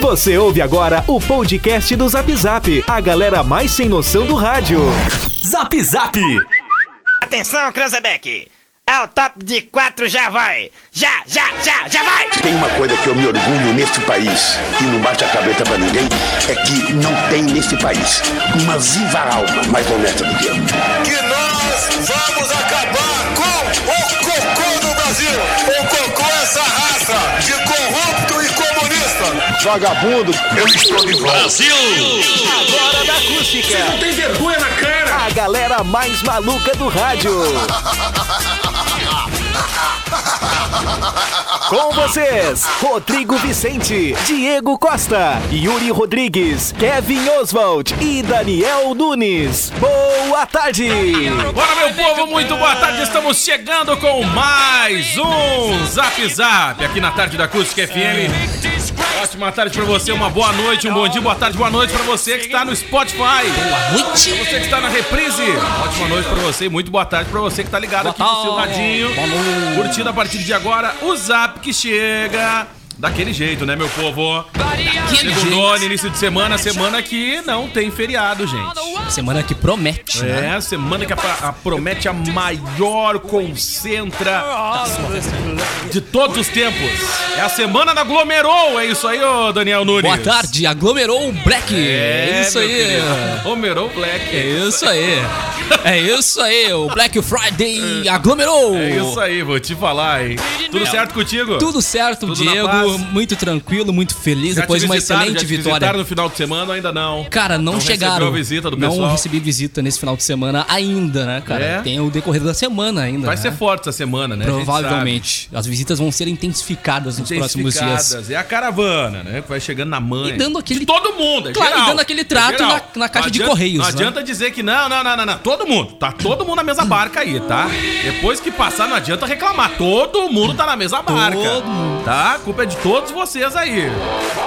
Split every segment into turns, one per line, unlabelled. Você ouve agora o podcast do Zap Zap, a galera mais sem noção do rádio.
Zap Zap!
Atenção, Cranzebeck! É o top de quatro, já vai! Já, já, já, já vai!
Tem uma coisa que eu me orgulho neste país, e não bate a cabeça pra ninguém, é que não tem neste país uma viva alma mais honesta do que eu.
que nós vamos acabar com o cocô do Brasil. O cocô é essa raça de corrupto e comunista.
Vagabundo, eu estou de volta.
Agora da acústica. Você não tem vergonha na cara. A galera mais maluca do rádio. Com vocês, Rodrigo Vicente, Diego Costa, Yuri Rodrigues, Kevin Oswald e Daniel Nunes. Boa tarde.
Bora, meu povo, muito boa tarde. Estamos chegando com mais um Zap Zap aqui na tarde da Acústica FM. Ótima tarde pra você, uma boa noite, um bom dia, boa tarde, boa noite pra você que está no Spotify. Boa noite. Pra você que está na reprise. Ótima noite pra você e muito boa tarde pra você que tá ligado aqui no seu radinho. Curtindo a partir de agora o Zap que chega daquele jeito, né, meu povo? Segundou, início de semana, semana que não tem feriado, gente.
Semana que promete, né?
É, a semana que a- a- promete a maior concentra de todos os tempos. É a semana da Glomerol, é isso aí, ô Daniel Nunes.
Boa tarde, aglomerou o Black.
É,
É isso
meu
aí.
querido. Glomerol Black.
É isso aí. É isso aí. O Black Friday aglomerou.
É isso aí, vou te falar, hein. Tudo certo contigo?
Tudo certo,
Tudo na
Diego.
paz.
Muito tranquilo, muito feliz.
Já
Depois
te
de uma
visitaram, já
excelente
te visitaram
vitória.
no final de semana ainda não?
Cara, não,
Não
chegaram.
recebeu a visita do
não
pessoal?
recebi visita nesse final de semana ainda, né, cara?
É?
Tem o decorrer da semana ainda.
Vai
né?
ser forte essa semana, né? A gente
Provavelmente. As visitas vão ser intensificadas nos
sabe.
próximos dias.
Intensificadas. É a caravana, né? Que vai chegando na mãe.
E dando aquele-
De todo mundo, é
Claro, e
geral.
dando aquele trato
É geral.
na- na caixa
Não
de
adianta-
correios,
Não
né?
adianta dizer que não, não, não, não, não. Todo mundo. Tá todo mundo na mesma barca aí, tá? Depois que passar, não adianta reclamar. Todo mundo tá na mesma barca.
Todo mundo.
Tá? A culpa é de todos vocês aí.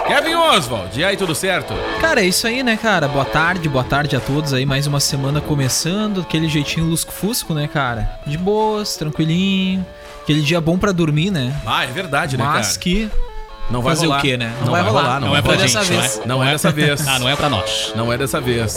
Kevin Oswald, e aí, tudo certo?
Cara, é isso aí, né, cara? Boa tarde, boa tarde a todos aí. Mais uma semana começando, aquele jeitinho lusco-fusco, né, cara? De boas, tranquilinho. Aquele dia bom pra dormir, né?
Ah, é verdade, né,
Mas
cara?
que.
Não vai
fazer
rolar.
o quê, né?
Não, vai rolar, não,
Não
vai
é pra
rolar.
gente, não é?
Não é dessa vez.
Ah, não é pra nós.
Não é dessa vez.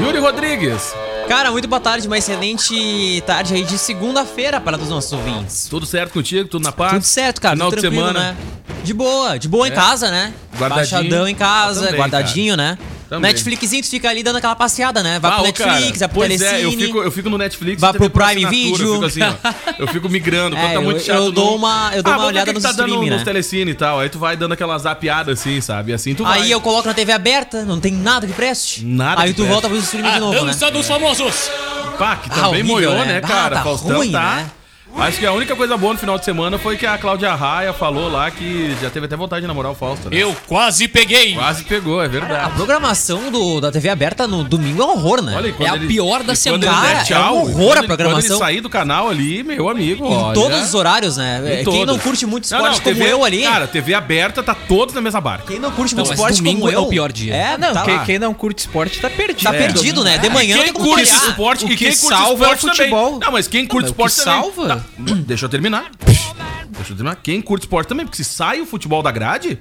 Yuri Rodrigues,
Cara, muito boa tarde, uma excelente tarde aí de segunda-feira para os nossos ouvintes.
tudo certo contigo? Tudo na paz?
Tudo certo, cara,
Final
tudo
de
tranquilo,
semana.
né? De boa, de boa
É.
em casa, né?
Guardadinho.
Baixadão em casa,
Também,
guardadinho, né?
Também.
Netflixzinho, tu fica ali dando aquela passeada, né? Vai
Ah,
pro
ô,
Netflix, vai pro
pois
Telecine.
é, eu fico, eu fico no Netflix.
Vai
e TV
pro
por
Prime
assinatura,
Video.
Eu fico, assim, ó, eu fico migrando. quando
É,
tá muito
eu-
chato.
eu dou
não-
uma- eu dou
Ah,
uma
vou ver
olhada
o que que
nos
tá dando
streaming,
nos
né?
Telecine e tal. Aí tu vai dando aquela zapeada assim, sabe? E assim tu vai.
Aí eu coloco na TV aberta, não tem nada que preste.
Nada
Aí
que
tu
preste. Ah,
volta pro streaming de novo, né?
dos famosos.
Pá, que
Ah,
também
horrível,
molhou,
né?
né,
Ah,
cara?
tá
Faustão
ruim,
tá.
né?
Acho que a única coisa boa no final de semana foi que a Cláudia Raia falou lá que já teve até vontade de namorar o Fausto. né?
Eu quase peguei.
Quase pegou, é
A
verdade.
programação do, da TV aberta no domingo é um horror, né?
Olha, e quando
É a pior da
e quando
semana.
ele der
Cara, é
tchau, e
um horror a
quando ele-
programação.
Quando ele sair do canal ali, meu amigo,
Em
olha.
todos os horários, né?
Em
Quem não
todos.
curte muito
Não,
esporte
não,
como
TV
eu ali.
Cara, TV aberta tá todos na mesma barca.
Quem não curte
Não,
muito
mas
esporte
domingo
como
é
eu...
o pior dia.
É,
Ah, não,
tá,
quem, quem não curte esporte tá perdido.
tá
né?
perdido, né? De manhã
É. Quem
não tem como
curte
variar.
esporte,
O
e
que
quem curte
salva é o
esporte também.
futebol.
Não, mas quem curte
Não,
esporte
mas o que
também.
salva?
Tá, Deixa eu terminar. Deixa eu terminar. Quem curte esporte também, porque se sai o futebol da grade,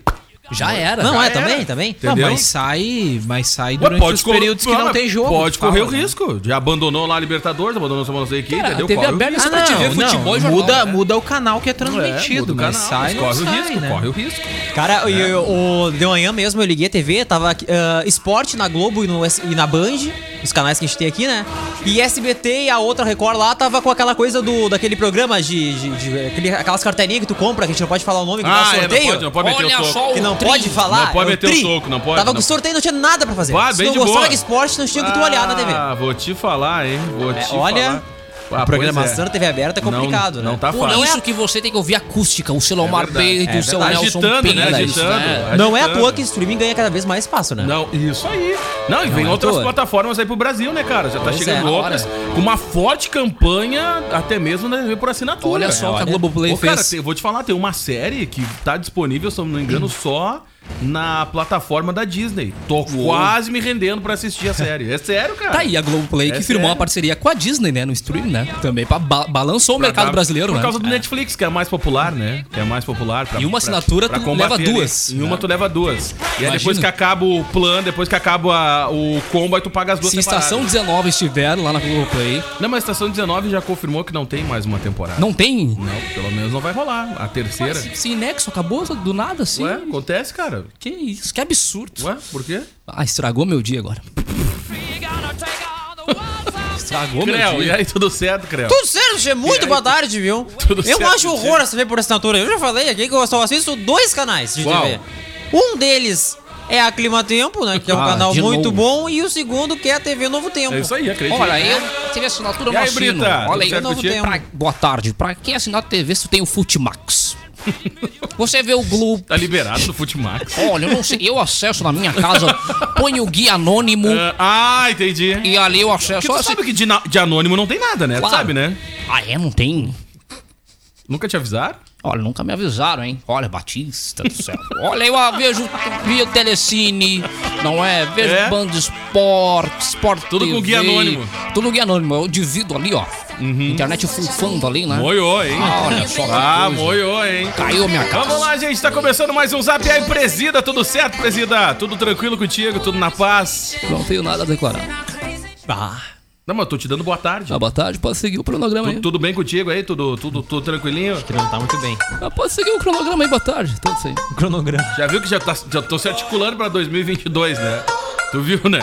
Já era.
Não, é,
era.
também, também.
Não,
Entendeu?
mas sai, mas sai durante os
correr-
períodos que não
mas
tem jogo.
Pode
tu
correr
fala,
o
né?
risco. Já abandonou lá a Libertadores, abandonou só não sei quem,
Cara,
entendeu?
a TV
Corre o
é
aberta
risco.
só pra te ver
Ah, Não, não,
futebol e jornal.
muda,
né?
muda o canal que é
É, muda
transmitido,
o
mas
canal,
sai,
mas
não
corre o
sai,
risco,
né?
corre o risco.
Cara, eu, eu- o de manhã mesmo eu liguei a TV, tava aqui, ah, esporte na Globo e, no S- e na Band, os canais que a gente tem aqui, né? E SBT e a outra Record lá tava com aquela coisa do daquele programa de, de- de- aquele- aquelas carteirinhas que tu compra, que a gente não pode falar o nome, que dá
é,
sorteio.
não pode, não pode meter
Olha
o
só
soco.
o
Que não
tri.
pode falar.
Não pode
é
meter o
tri.
soco, não pode,
Tava
não.
com sorteio, não tinha nada pra fazer.
Vai,
Se
bem
não
de
gostava
boa.
de esporte, não tinha o que tu olhar na TV.
Ah, vou te falar, hein? Vou te
olha,
falar. Ah,
a programação
pois
da TV aberta é
Não-
complicado, né?
Não tá
Por
fácil.
isso que você tem que ouvir acústica, o seu Omar
verdade.
Bento,
É
o seu
verdade.
Nelson
Agitando, né?
Pilas,
Agitando.
né?
Não é à toa
Agitando.
que o streaming ganha cada vez mais espaço, né?
Não, isso aí. Não, e vem
Não é à
outras
toa.
plataformas aí pro Brasil, né, cara? Já tá
Pois
chegando
é.
outras. Com uma forte campanha, até mesmo na TV por assinatura.
Olha só o que a
Olha.
Globoplay
Ô, cara,
fez.
Hum.
tem- vou te falar, tem uma série que tá disponível, se eu não me engano, só na plataforma da Disney. Tô quase me rendendo pra assistir a série. É sério, cara.
Tá aí a Globoplay
É
que firmou
sério.
uma parceria com a Disney, né? No streaming, né? Também pra ba- balançou o
Pra
mercado
dar-
brasileiro,
Por
né?
causa do
É.
Netflix, que é mais popular, né? Que é mais popular. Pra,
Em uma
pra-
assinatura, tu
combater
leva
ali.
duas,
Em uma
né?
tu leva duas. E aí depois
Imagina.
que acaba o plano, depois que acaba a- o combo, aí tu paga as duas
Se Estação
separadas.
19 estiver lá na Globoplay,
Não, mas Estação 19 já confirmou que não tem mais uma temporada.
não tem?
Não, pelo menos não vai rolar. A terceira.
Sim, Nexo, acabou do nada assim.
Ué, acontece, cara.
Que isso, que absurdo.
Ué, por quê?
Ah, estragou meu dia agora. estragou meu
Creu, e
dia.
aí tudo certo, Creu?
Tudo certo, Gê. Muito boa tarde, viu?
Tudo
eu
certo,
acho horror essa TV por assinatura. Eu já falei aqui que eu só assisto dois canais de
Qual?
TV. Um deles é a Clima Tempo, né? Que é um
Ah,
canal
de
muito
novo.
bom. E o segundo que é a TV Novo Tempo.
É isso aí, acredito.
Olha, eu tive assinatura
E aí,
assino.
Brita?
Olha aí,
Tudo
certo
novo
contigo?
pra- Boa tarde. Pra quem assinar TV, se tem o Futimax. Você vê o Globo.
Tá liberado do Futimax.
Olha, eu não sei. Eu acesso na minha casa, ponho o guia anônimo
ah, entendi.
e ali eu acesso.
Porque tu
Assim,
sabe que de, na- de anônimo não tem nada, né? Tu
Claro.
sabe, né?
Ah, é? Não tem?
Nunca te avisaram?
Olha, nunca me avisaram, hein? Olha, Batista do céu. Olha, eu ah, vejo via Telecine, não é? Vejo
É.
Band Sport, Sport
Tudo com
TV,
guia anônimo.
Tudo com guia anônimo. Eu divido ali, ó. Internet funfando ali, né?
Moiô, hein?
Ah, olha só. que
Ah,
coisa.
moiô, hein?
Caiu a minha casa.
Vamos lá, gente. Tá começando mais um Zap aí, Presida. Tudo certo, Presida? Tudo tranquilo contigo? Tudo na paz?
Não tenho nada a declarar.
Ah,
Não, mas eu tô te dando boa tarde.
Tá
Ah, boa tarde, pode seguir o cronograma aí.
Tu- tudo bem contigo aí? Tudo, tudo, tudo tranquilinho?
Que não tá muito bem.
Ah, pode seguir o cronograma aí, boa tarde. Então, Tudo isso aí.
Cronograma.
Já viu que já, tá, já tô se articulando pra 2022, né? Tu viu, né?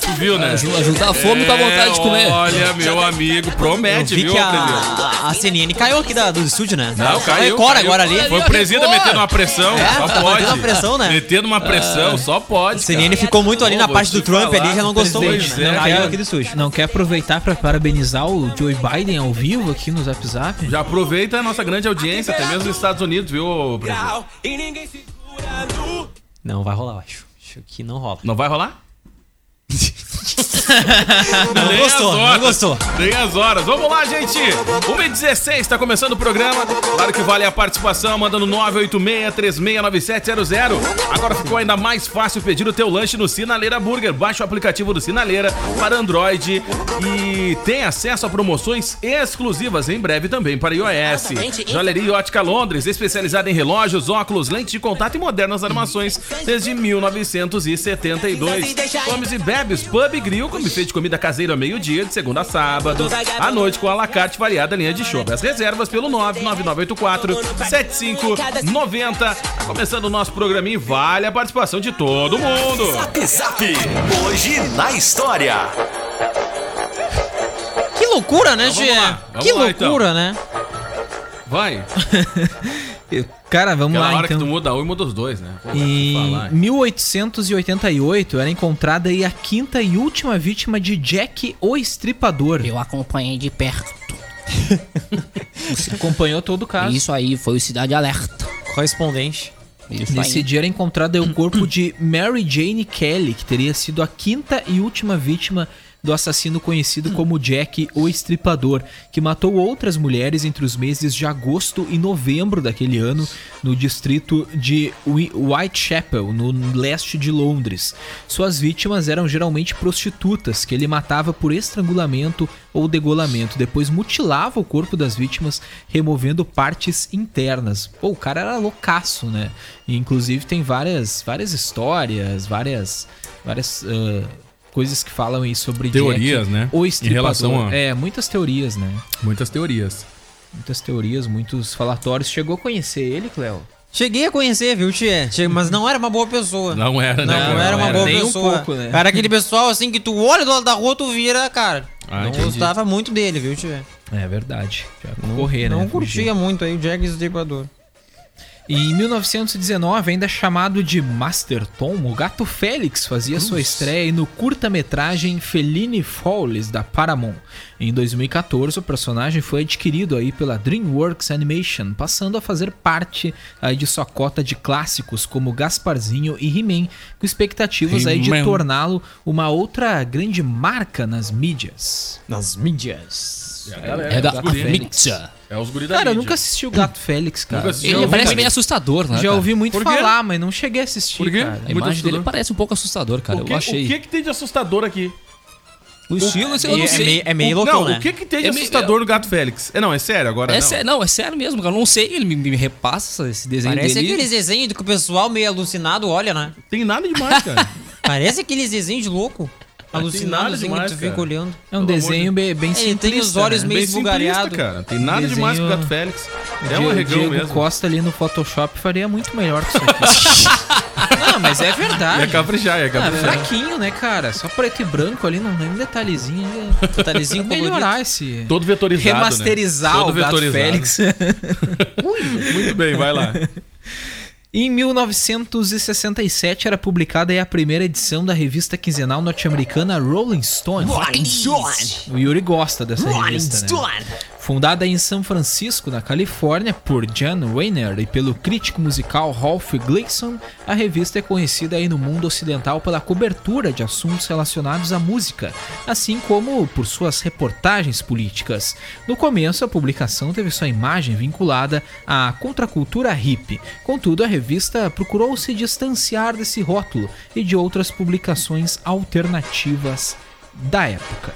Tu viu, né?
Aju- Ajudar a fome
tá
com a vontade de comer.
É, Olha, meu amigo,
Eu
promete,
vi
viu,
que
Ateneu?
a, a CNN caiu aqui da- do estúdio, né?
Não, caiu.
Record
caiu.
agora ali.
Foi o presida
Record.
metendo uma pressão.
É,
só
tá
pode.
metendo uma pressão, né?
Metendo uma pressão, só pode.
A CNN
cara.
ficou muito ali
Pô,
na
vou
parte
te
do Trump
falar,
ali, já não gostou
presidente,
muito, né?
né,
Caiu
cara?
aqui do estúdio.
Não quer aproveitar pra parabenizar o Joe Biden ao vivo aqui no Zap Zap?
Já aproveita a nossa grande audiência, até mesmo nos Estados Unidos, viu, presidente?
Não, vai rolar, eu acho. Acho que não rola.
Não vai rolar?
Não
Nem
gostou,
as
não
horas.
gostou.
Tem as horas. Vamos lá, gente. 1h16, está tá começando o programa. Claro que vale a participação, mandando 986-369700. Agora ficou ainda mais fácil pedir o teu lanche no Sinaleira Burger. Baixa o aplicativo do Sinaleira para Android e tem acesso a promoções exclusivas em breve também para iOS. Joalheria e Ótica Londres, especializada em relógios, óculos, lentes de contato e modernas armações desde 1972. Comes e bebes, pub e grill, com buffet de comida caseira ao meio-dia, de segunda a sábado. À noite com alacarte variada linha de show. As reservas pelo 99984-7590. Tá Começando o nosso programinha, vale a participação de todo mundo.
Zap Zap, hoje na história.
Que loucura, né, Gê?
lá, Então, vamos
Que
lá, então.
loucura, né?
Vai.
Cara, vamos
Aquela
lá
hora que tu
então.
muda um e muda os dois, né? Pô, vai te falar,
Em
hein?
1888 era encontrada aí a quinta e última vítima de Jack o Estripador.
Eu acompanhei de perto.
Acompanhou todo o caso.
Isso aí foi o Cidade Alerta.
Correspondente.
Isso
Nesse
aí.
dia era encontrado aí o corpo de Mary Jane Kelly, que teria sido a quinta e última vítima do assassino conhecido como Jack o Estripador, que matou outras mulheres entre os meses de agosto e novembro daquele ano no distrito de Wi- Whitechapel, no leste de Londres. Suas vítimas eram geralmente prostitutas que ele matava por estrangulamento ou degolamento, depois mutilava o corpo das vítimas removendo partes internas. Pô, o cara era loucaço, né? E, inclusive tem várias, várias histórias, várias, várias ah, coisas que falam aí sobre
Teorias, né?
Ou
Em relação a-
É, muitas teorias, né?
Muitas teorias.
Muitas teorias, muitos falatórios. Chegou a conhecer ele, Cleo?
Cheguei a conhecer, viu, Tchê? Che- Mas não era uma boa pessoa.
Não era, né?
Não,
cara?
era uma
era
boa
nem um
pessoa.
pouco, né?
Era aquele pessoal assim que tu olha do lado da rua, tu vira, cara.
Ah,
não
entendi.
gostava muito dele, viu, Tchê?
É verdade. Já correr, né?
Não
Fugir.
curtia muito aí o Jack e o Estripador.
Em 1919, ainda chamado de Master Tom, o gato Félix fazia sua estreia aí no curta-metragem Feline Falls da Paramount. Em 2014, o personagem foi adquirido aí pela DreamWorks Animation, passando a fazer parte aí de sua cota de clássicos como Gasparzinho e He-Man, com expectativas aí de
He-Man.
torná-lo uma outra grande marca nas mídias.
Nas mídias.
É
Félix.
a galera,
É da
os guri.
Mixa.
É os guri da
Cara, eu
mídia.
nunca assisti o Gato Félix, cara.
Nunca assisti.
Ele
ouvi,
parece
cara.
meio assustador, né?
Já
cara?
ouvi muito
Por quê?
falar, mas não cheguei a assistir,
Por quê?
cara.
A
Muito
imagem dele
assustador.
parece um pouco assustador, cara.
O que,
eu
o
achei.
que que tem de assustador aqui?
O estilo, assim, eu
É,
não
é meio,
sei.
é meio
o,
loucão,
não,
né?
o que que tem de
É meio-
assustador no Gato Félix? É, não, é sério agora.
É
não.
sério, não, é sério mesmo, cara. Eu não sei, ele me, me repassa esse desenho
Parece
dele.
aqueles desenhos que o pessoal meio alucinado olha, né?
Tem nada demais, cara.
Parece aqueles desenhos de louco. Alucinado,
nada
assim, que
demais,
tu
cara.
fica olhando.
É
Pelo
um desenho bem, bem
Ele
simplista.
tem os olhos
né?
meio
Bem simplista,
esbugalhado.
cara. Tem nada
Desenho-
demais pro Gato Félix. É um
Di-
arregão
Diego
mesmo.
Costa ali no Photoshop faria muito melhor que isso aqui. não, mas é
É
verdade.
caprichar, é
Ah, é
caprichar.
fraquinho, né, cara? Só preto e branco ali, não tem um detalhezinho. né?
Detalhezinho
Pra melhorar esse...
Todo vetorizado, né?
Remasterizar
Todo
o Gato
vetorizado.
Félix.
Muito bem, vai lá.
Em 1967 era publicada aí a primeira edição da revista quinzenal norte-americana Rolling Stone. O Yuri gosta dessa revista, né? Fundada em São Francisco, na Califórnia, por Jan Weiner e pelo crítico musical Rolf Gleason, a revista é conhecida aí no mundo ocidental pela cobertura de assuntos relacionados à música, assim como por suas reportagens políticas. No começo, a publicação teve sua imagem vinculada à contracultura hippie. Contudo, a revista procurou se distanciar desse rótulo e de outras publicações alternativas da época.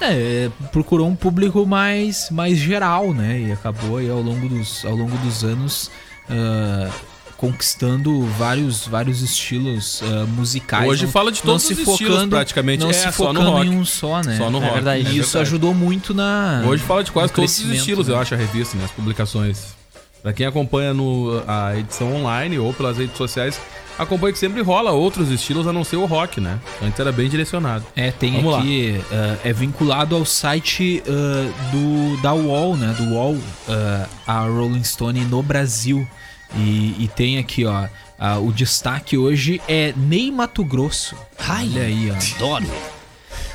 É, procurou um público mais, mais geral, né? E acabou aí ao longo dos, ao longo dos anos ah, conquistando vários, vários estilos ah, musicais.
Hoje fala de todos os estilos, praticamente.
Não
É,
se
só no
focando
rock.
em um só, né?
Só no
É
rock,
verdade.
é
E isso
verdade.
ajudou muito na.
Hoje fala de quase
no
todos os
Ah, crescimento,
estilos,
né?
eu acho, a revista, né? As publicações. Pra quem acompanha no, a edição online ou pelas redes sociais, acompanha que sempre rola outros estilos a não ser o rock, né? Antes era bem direcionado.
É, tem
Vamos
aqui, ah, é vinculado ao site ah, do, da UOL, né? Do UOL, ah, a Rolling Stone no Brasil. E, e tem aqui, ó, ah, o destaque hoje é Ney Mato Grosso. Olha aí, ó.
Adoro.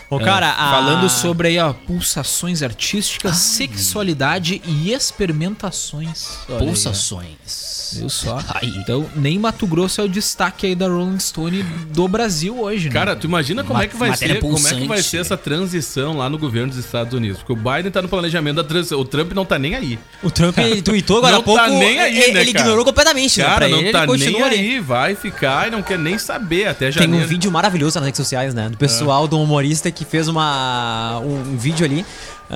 Ô,
É.
cara, a...
Falando sobre aí, ó, pulsações artísticas, sexualidade e experimentações. Olha aí, ó.
Pulsações.
Viu só?
Ai.
Então, nem Mato Grosso é o destaque aí da Rolling Stone do Brasil hoje, né?
Cara, tu imagina como é que vai
Matéria
ser, como é que vai
pulsante.
ser essa transição lá no governo dos Estados Unidos? Porque o Biden tá no planejamento da transição, o Trump não tá nem aí.
O Trump, ele tweetou agora
Não
há pouco.
tá nem aí,
ele
né,
ele
cara?
ignorou completamente, né?
Cara,
Pra
não
ele,
tá
ele
nem
continua ali.
aí, vai ficar e não quer nem saber até
Tem
janeiro.
um vídeo maravilhoso nas redes sociais, né? Do pessoal, do humorista que fez uma, um, um vídeo ali.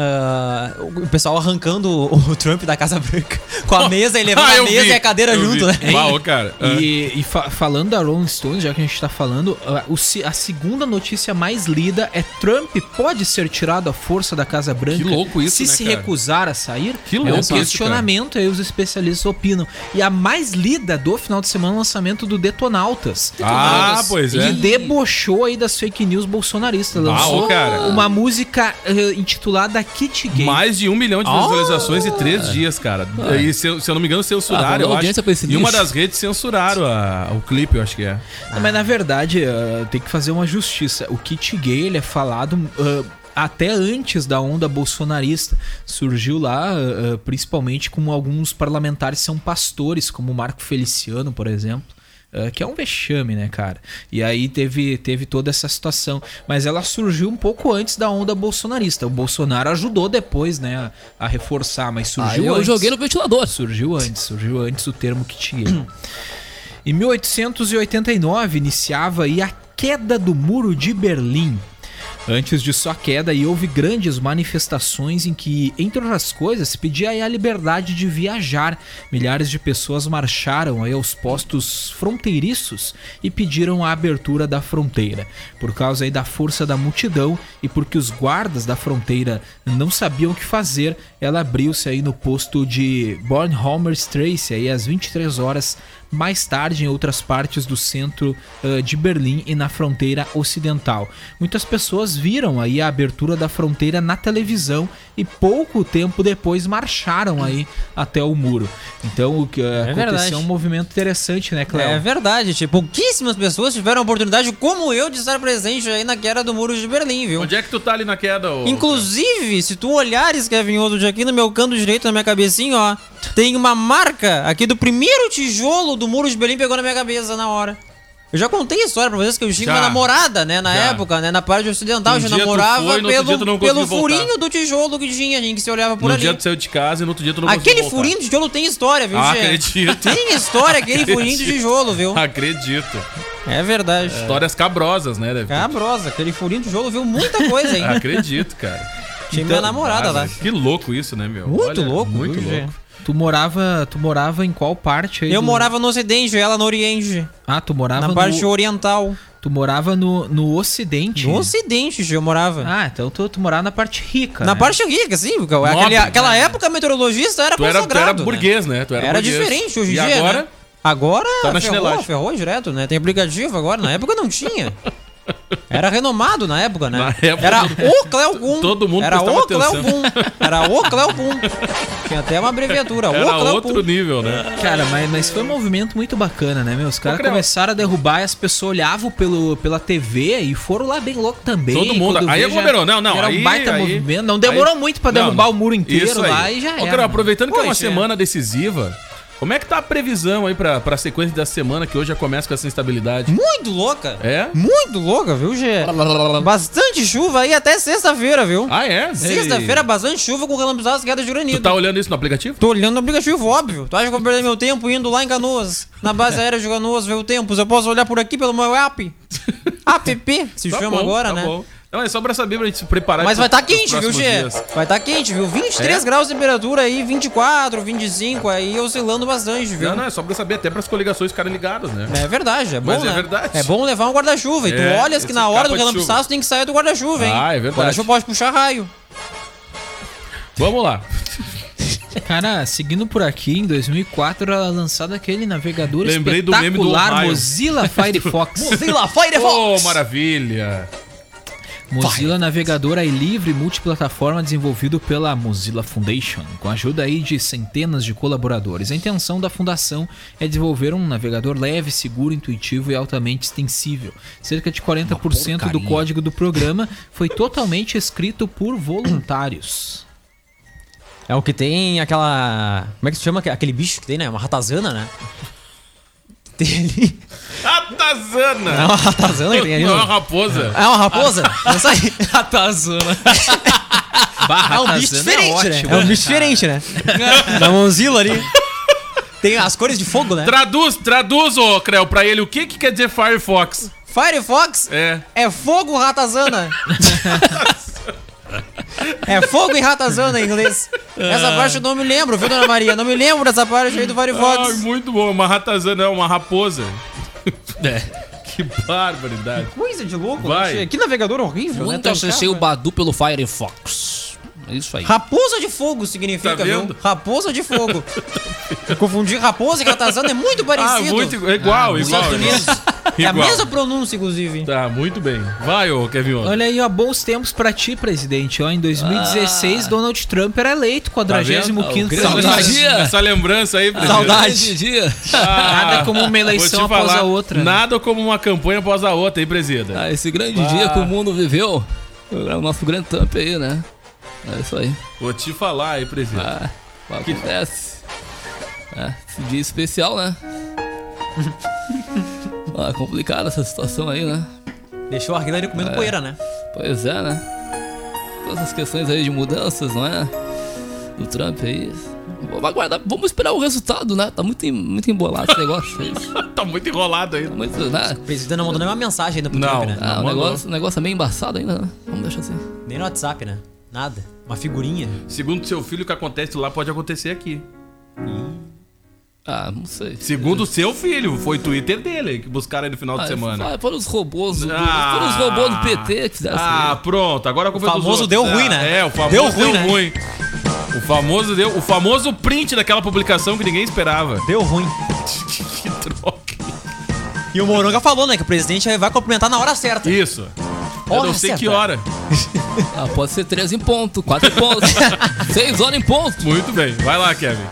ah, o pessoal arrancando o, o Trump da Casa Branca com a mesa e levando
Ah,
a
eu
mesa
vi,
e a cadeira
eu
junto,
vi.
né?
Bah, ô, cara. ah.
E, e fa- falando da Rolling Stone, já que a gente tá falando, a, o se- a segunda notícia mais lida é Trump pode ser tirado à força da Casa Branca
Que louco isso,
se
né,
se
cara?
recusar a sair.
Que
é
louco
um
isso,
questionamento, aí os especialistas opinam. E a mais lida do final de semana é o lançamento do Detonautas.
Ah, pois é.
E debochou aí das fake news bolsonaristas. Lançou
Ah, ô, cara.
uma música eh, intitulada Kit Gay.
Mais de um milhão
Ah.
de visualizações em três dias, cara. E se, eu- se eu não me engano,
Ah,
censuraram,
rolou
eu acho.
audiência pra esse
E uma
lixo.
das redes censuraram a- o clipe, eu acho que é.
Não, Ah, Mas na verdade, eh, tem que fazer uma justiça. O kit gay ele é falado eh, até antes da onda bolsonarista. Surgiu lá, eh, eh, principalmente como alguns parlamentares são pastores, como o Marco Feliciano, por exemplo. eh, que é um vexame, né, cara? E aí teve, teve toda essa situação. Mas ela surgiu um pouco antes da onda bolsonarista. O Bolsonaro ajudou depois, né, a, a reforçar, mas
Aí
surgiu
Ah, eu
antes.
joguei no ventilador.
Surgiu antes, surgiu antes o termo que tinha. Em 1889 iniciava aí a queda do Muro de Berlim. Antes de sua queda, aí houve grandes manifestações em que, entre outras coisas, se pedia aí a liberdade de viajar. Milhares de pessoas marcharam aí aos postos fronteiriços e pediram a abertura da fronteira. Por causa aí da força da multidão e porque os guardas da fronteira não sabiam o que fazer, ela abriu-se aí no posto de Bornholmer Straße aí às 23 horas mais tarde em outras partes do centro eh, de Berlim e na fronteira ocidental. Muitas pessoas viram aí a abertura da fronteira na televisão e pouco tempo depois marcharam aí até o muro. Então o que eh, aconteceu
verdade.
é um movimento interessante, né, Cléo?
É verdade, tipo, pouquíssimas pessoas tiveram a oportunidade, como eu, de estar presente aí na queda do Muro de Berlim, viu?
Onde é que tu tá ali na queda? ô?
Inclusive, se tu olhares, Kevin Oswald, aqui no meu canto direito, na minha cabecinha, ó, tem uma marca aqui do primeiro tijolo do Muro de Berlim pegou na minha cabeça na hora. Eu já contei a história pra vocês que eu tinha
Já.
uma namorada, né, na
Já.
época, né, na parte ocidental,
Um
eu já
dia tu
namorava
foi, no outro dia tu não conseguiu
pelo, pelo
voltar.
furinho do tijolo que tinha, gente, que se olhava por
No
ali.
dia tu saiu de casa e no outro dia tu não
Aquele
conseguiu voltar.
furinho de tijolo tem história, viu,
Ah,
Tchê?
acredito.
Tem história aquele furinho de
Acredito.
tijolo, viu?
Acredito.
então. É Ah, verdade.
Histórias cabrosas, né? Deve ter.
Cabrosa, aquele furinho de tijolo viu muita coisa, hein?
Ah, Acredito, cara. Ah,
Tinha
então,
minha namorada lá.
Que louco isso, né, meu?
Muito
Olha,
louco,
Muito
viu,
louco.
Gê?
Tu morava, tu morava em qual parte aí?
Eu
do-
morava no Ocidente, ela no Oriente.
Ah, tu morava
na
no...
parte oriental.
Tu morava no, no ocidente?
No Ocidente, Gê, eu morava.
Ah, então tu, tu morava na parte rica,
na
né?
parte rica, sim. porque aquele-
tá. né?
Aquela época, meteorologista era
Tu era, tu era
consagrado. né?
burguês, né? Tu era
Era,
burguês.
diferente hoje em
e
dia,
agora,
né? Agora
Tá na
ferrou,
chinelagem.
ferrou direto, né? Tem aplicativo agora, na época não tinha. Era renomado na época, né?
Na época-
era o Cléo Kuhn.
Todo mundo
Era
prestava
o Cléo
atenção.
Kuhn. Era o Cléo Kuhn. Tinha até uma abreviatura.
era
o Cléo
outro
Kuhn.
nível, né?
Cara, mas, mas foi um movimento muito bacana, né, meu? Os caras
Creu.
começaram a derrubar e as pessoas olhavam pelo, pela TV e foram lá bem louco também.
Todo mundo.
Quando
Aí
vê, já-
aglomerou. Não, não.
Era um
aí-
baita
aí-
movimento. Não demorou
aí-
muito pra
Não,
derrubar
não.
o muro inteiro
Isso aí.
lá e já
Ô,
era.
cara, aproveitando que é uma
Pois é.
semana decisiva, como é que tá a previsão aí pra, pra sequência da semana que hoje já começa com essa instabilidade?
Muito louca.
É?
Muito louca, viu, Gê? Bastante chuva aí até sexta-feira, viu?
Ah, é?
Sexta-feira, bastante chuva com relampizadas quedas de
Tu
granito.
tá olhando isso no aplicativo?
Tô olhando no aplicativo, óbvio. Tu acha que eu vou perder meu tempo indo lá em Canoas? Na base aérea de Canoas, ver o tempos. Eu posso olhar por aqui pelo meu app? app, se chama
bom,
agora,
tá
né?
bom. Não, é só pra saber pra gente se preparar.
Mas
pro-
vai tá
pros
quente, viu,
próximos
Gê?
dias.
Vai tá quente, viu? 23
É?
graus de temperatura aí, 24, 25, aí oscilando bastante, viu?
Não, não, é só pra saber até pras coligações ficarem ligadas, né?
É verdade, é bom,
Mas é
né?
verdade.
É bom levar um guarda-chuva. E tu
É,
olhas que
esse
na hora
capa
do
de
relâmpago
chuva.
tem que sair do guarda-chuva, hein?
Ah, é verdade.
Guarda-chuva pode puxar raio.
Vamos lá.
Cara, seguindo por aqui, em 2004 era lançado aquele navegador
Lembrei do meme do
espetacular
Ohio.
Mozilla Firefox.
Mozilla Firefox!
Ô, maravilha.
Mozilla navegador aí livre multiplataforma desenvolvido pela Mozilla Foundation, com a ajuda aí de centenas de colaboradores. A intenção da fundação é desenvolver um navegador leve, seguro, intuitivo e altamente extensível. Cerca de 40% do
porcaria.
código do programa foi totalmente escrito por voluntários.
É o que tem aquela. Como é que se chama? aque- Aquele bicho que tem, né? Uma ratazana, né? Tem ali.
Atazana.
Tá
É uma ratazana que tem ali.
Não é uma
Não.
Tá raposa.
É uma raposa? Não sai. Ratazana. É um bicho
Ratazana é
diferente,
ótimo,
né? É um bicho diferente, né? Da Mozilla ali. Tem as cores de fogo, né?
Traduz, traduz, ô Creu, pra ele o que que quer dizer Firefox.
Firefox
É.
é fogo ratazana. É fogo e ratazana em inglês. Essa parte eu não me lembro, viu, dona Maria? Não me lembro dessa parte aí do
Ai,
Firefox.
muito bom. Uma ratazana é uma raposa. Que barbaridade.
Coisa de louco,
Vai.
né, Tchê? Que navegador horrível, né?
Muito
Trancar,
acessei o
né?
Badu pelo Firefox. É isso aí.
Raposa de fogo significa,
Tá
viu?
vendo?
Raposa de fogo. Eu Confundi raposa e ratazana é muito
Ah,
parecido.
muito igual, igual,
Nos
igual.
Estados Unidos. É a
Igual.
mesma pronúncia, inclusive.
Tá, muito bem. Vai, ô Kevin. Tá Olha,
Olha aí, ó, bons tempos pra ti, presidente. Ó, em 2016, Donald Trump era eleito 45º
Ah, Tá o grande
Congresso.
dia.
essa lembrança aí, presidente.
Saudade. dia.
Nada como uma
Vou te
eleição após
falar,
a outra. né?
Nada como uma campanha após a outra, hein, presida?
Ah, esse grande dia que o mundo viveu. É o nosso grande tamp aí, né? É isso aí.
Vou te falar, hein, presida.
Ah, o que acontece? É, esse dia especial, né? ah, complicada essa situação aí, né?
Deixou a Hillary comendo poeira, né?
Pois é, né? Todas as questões aí de mudanças, não é? Do Trump aí. Vamos aguardar, vamos esperar o resultado, né? Tá muito, em- muito embolado esse negócio. é isso.
Tá muito enrolado ainda.
Muito, né?
Tá
O presidente não mandou nenhuma mensagem ainda pro
Não.
Trump, né?
Ah, o
mandou.
negócio, o negócio é meio embaçado ainda, né? Vamos deixar assim.
Nem no WhatsApp, né? Nada. Uma figurinha.
Segundo seu filho, o que acontece lá pode acontecer aqui.
Ah, não sei.
Segundo seu filho, foi o Twitter dele que buscaram aí no final
ah,
de semana.
Ah, foram os robôs do,
Ah.
foram os robôs do PT que fizeram assim.
Ah,
isso. né?
pronto. Agora a culpa
O
é dos
famoso
outros.
deu
Ah,
ruim, né?
É, o famoso
Deu
deu
ruim,
ruim.
né?
O famoso deu, o famoso print daquela publicação que ninguém esperava.
Deu ruim.
que troca.
E o Moronga falou, né? Que o presidente vai cumprimentar na hora certa.
Isso. Eu
Hora
não sei
certa.
que hora.
Ah, pode ser 13 em ponto, 4 em ponto, 6 horas em ponto.
Muito bem. Vai lá, Kevin.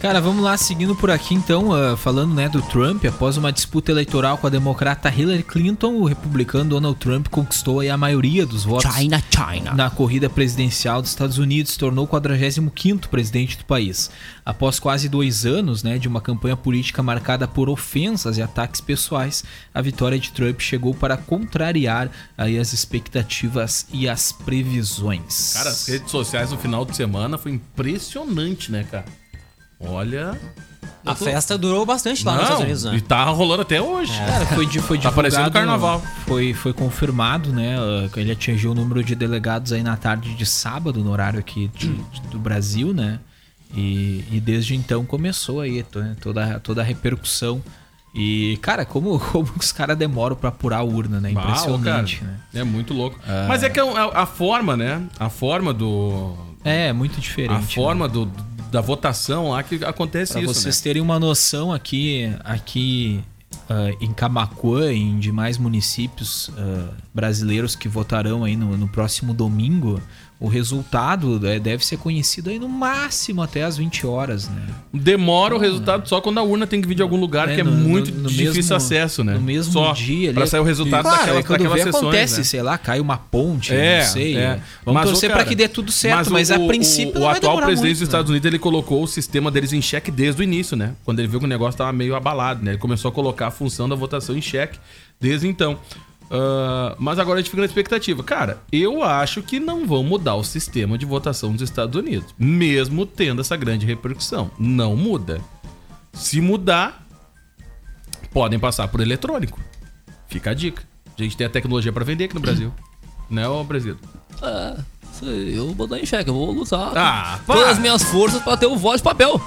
Cara, vamos lá, seguindo por aqui então, ah, falando né, do Trump, após uma disputa eleitoral com a democrata Hillary Clinton, o republicano Donald Trump conquistou aí, a maioria dos votos
China, China.
na corrida presidencial dos Estados Unidos, tornou o 45º presidente do país. Após quase dois anos né, de uma campanha política marcada por ofensas e ataques pessoais, a vitória de Trump chegou para contrariar aí, as expectativas e as previsões.
Cara, as redes sociais no final de semana foi impressionante, né, cara? Olha.
A festa durou bastante lá nos Estados Unidos,
e
né? É.
tá rolando até hoje.
Cara, foi, di- foi
Tá parecendo
divulgado,
carnaval.
Foi, foi confirmado, né? uh, que Ele atingiu o número de delegados aí na tarde de sábado, no horário aqui de- de- do Brasil, né? E, e desde então começou aí to- né, toda, toda a repercussão. E, cara, como, como os caras demoram pra apurar a urna, né?
Bah, ô,
Impressionante,
cara,
né?
É muito louco. Mas é que é um- a, a forma, né? A forma do.
É, é muito diferente.
A forma do, da votação lá que acontece
Pra
isso. né?
vocês terem uma noção aqui, aqui ah, em Camacuã e em demais municípios ah, brasileiros que votarão aí no, no próximo domingo, o resultado eh, deve ser conhecido aí no máximo até às 20 horas, né?
né? Demora o resultado só quando a urna tem que vir de algum lugar
É,
que é
no- no-
muito
no
difícil
mesmo-
acesso, né?
No mesmo
só
dia ali.
Pra sair o resultado
Claro,
daquela,
é quando
daquelas
vê,
sessões.
acontece,
né?
sei lá, cai uma ponte,
É,
não sei.
é.
né? Vamos
Mas, ô,
torcer
cara,
pra que dê tudo certo, mas,
o-
a
o-
princípio
o,
não vai
atual
demorar
presidente
muito,
dos
né?
Estados Unidos ele colocou o sistema deles em xeque desde o início, né? Quando ele viu que o negócio tava meio abalado, né? Ele começou a colocar a função da votação em xeque desde então. Ah, mas agora a gente fica na expectativa. Cara, eu acho que não vão mudar o sistema de votação dos Estados Unidos, mesmo tendo essa grande repercussão. Não muda. Se mudar, podem passar por eletrônico. Fica a dica. A gente tem a tecnologia pra vender aqui no Brasil. né, ô Brasil?
É, isso aí, eu vou botar em xeque, eu vou lutar
Ah,
com todas
para.
as minhas forças pra ter o voto de papel.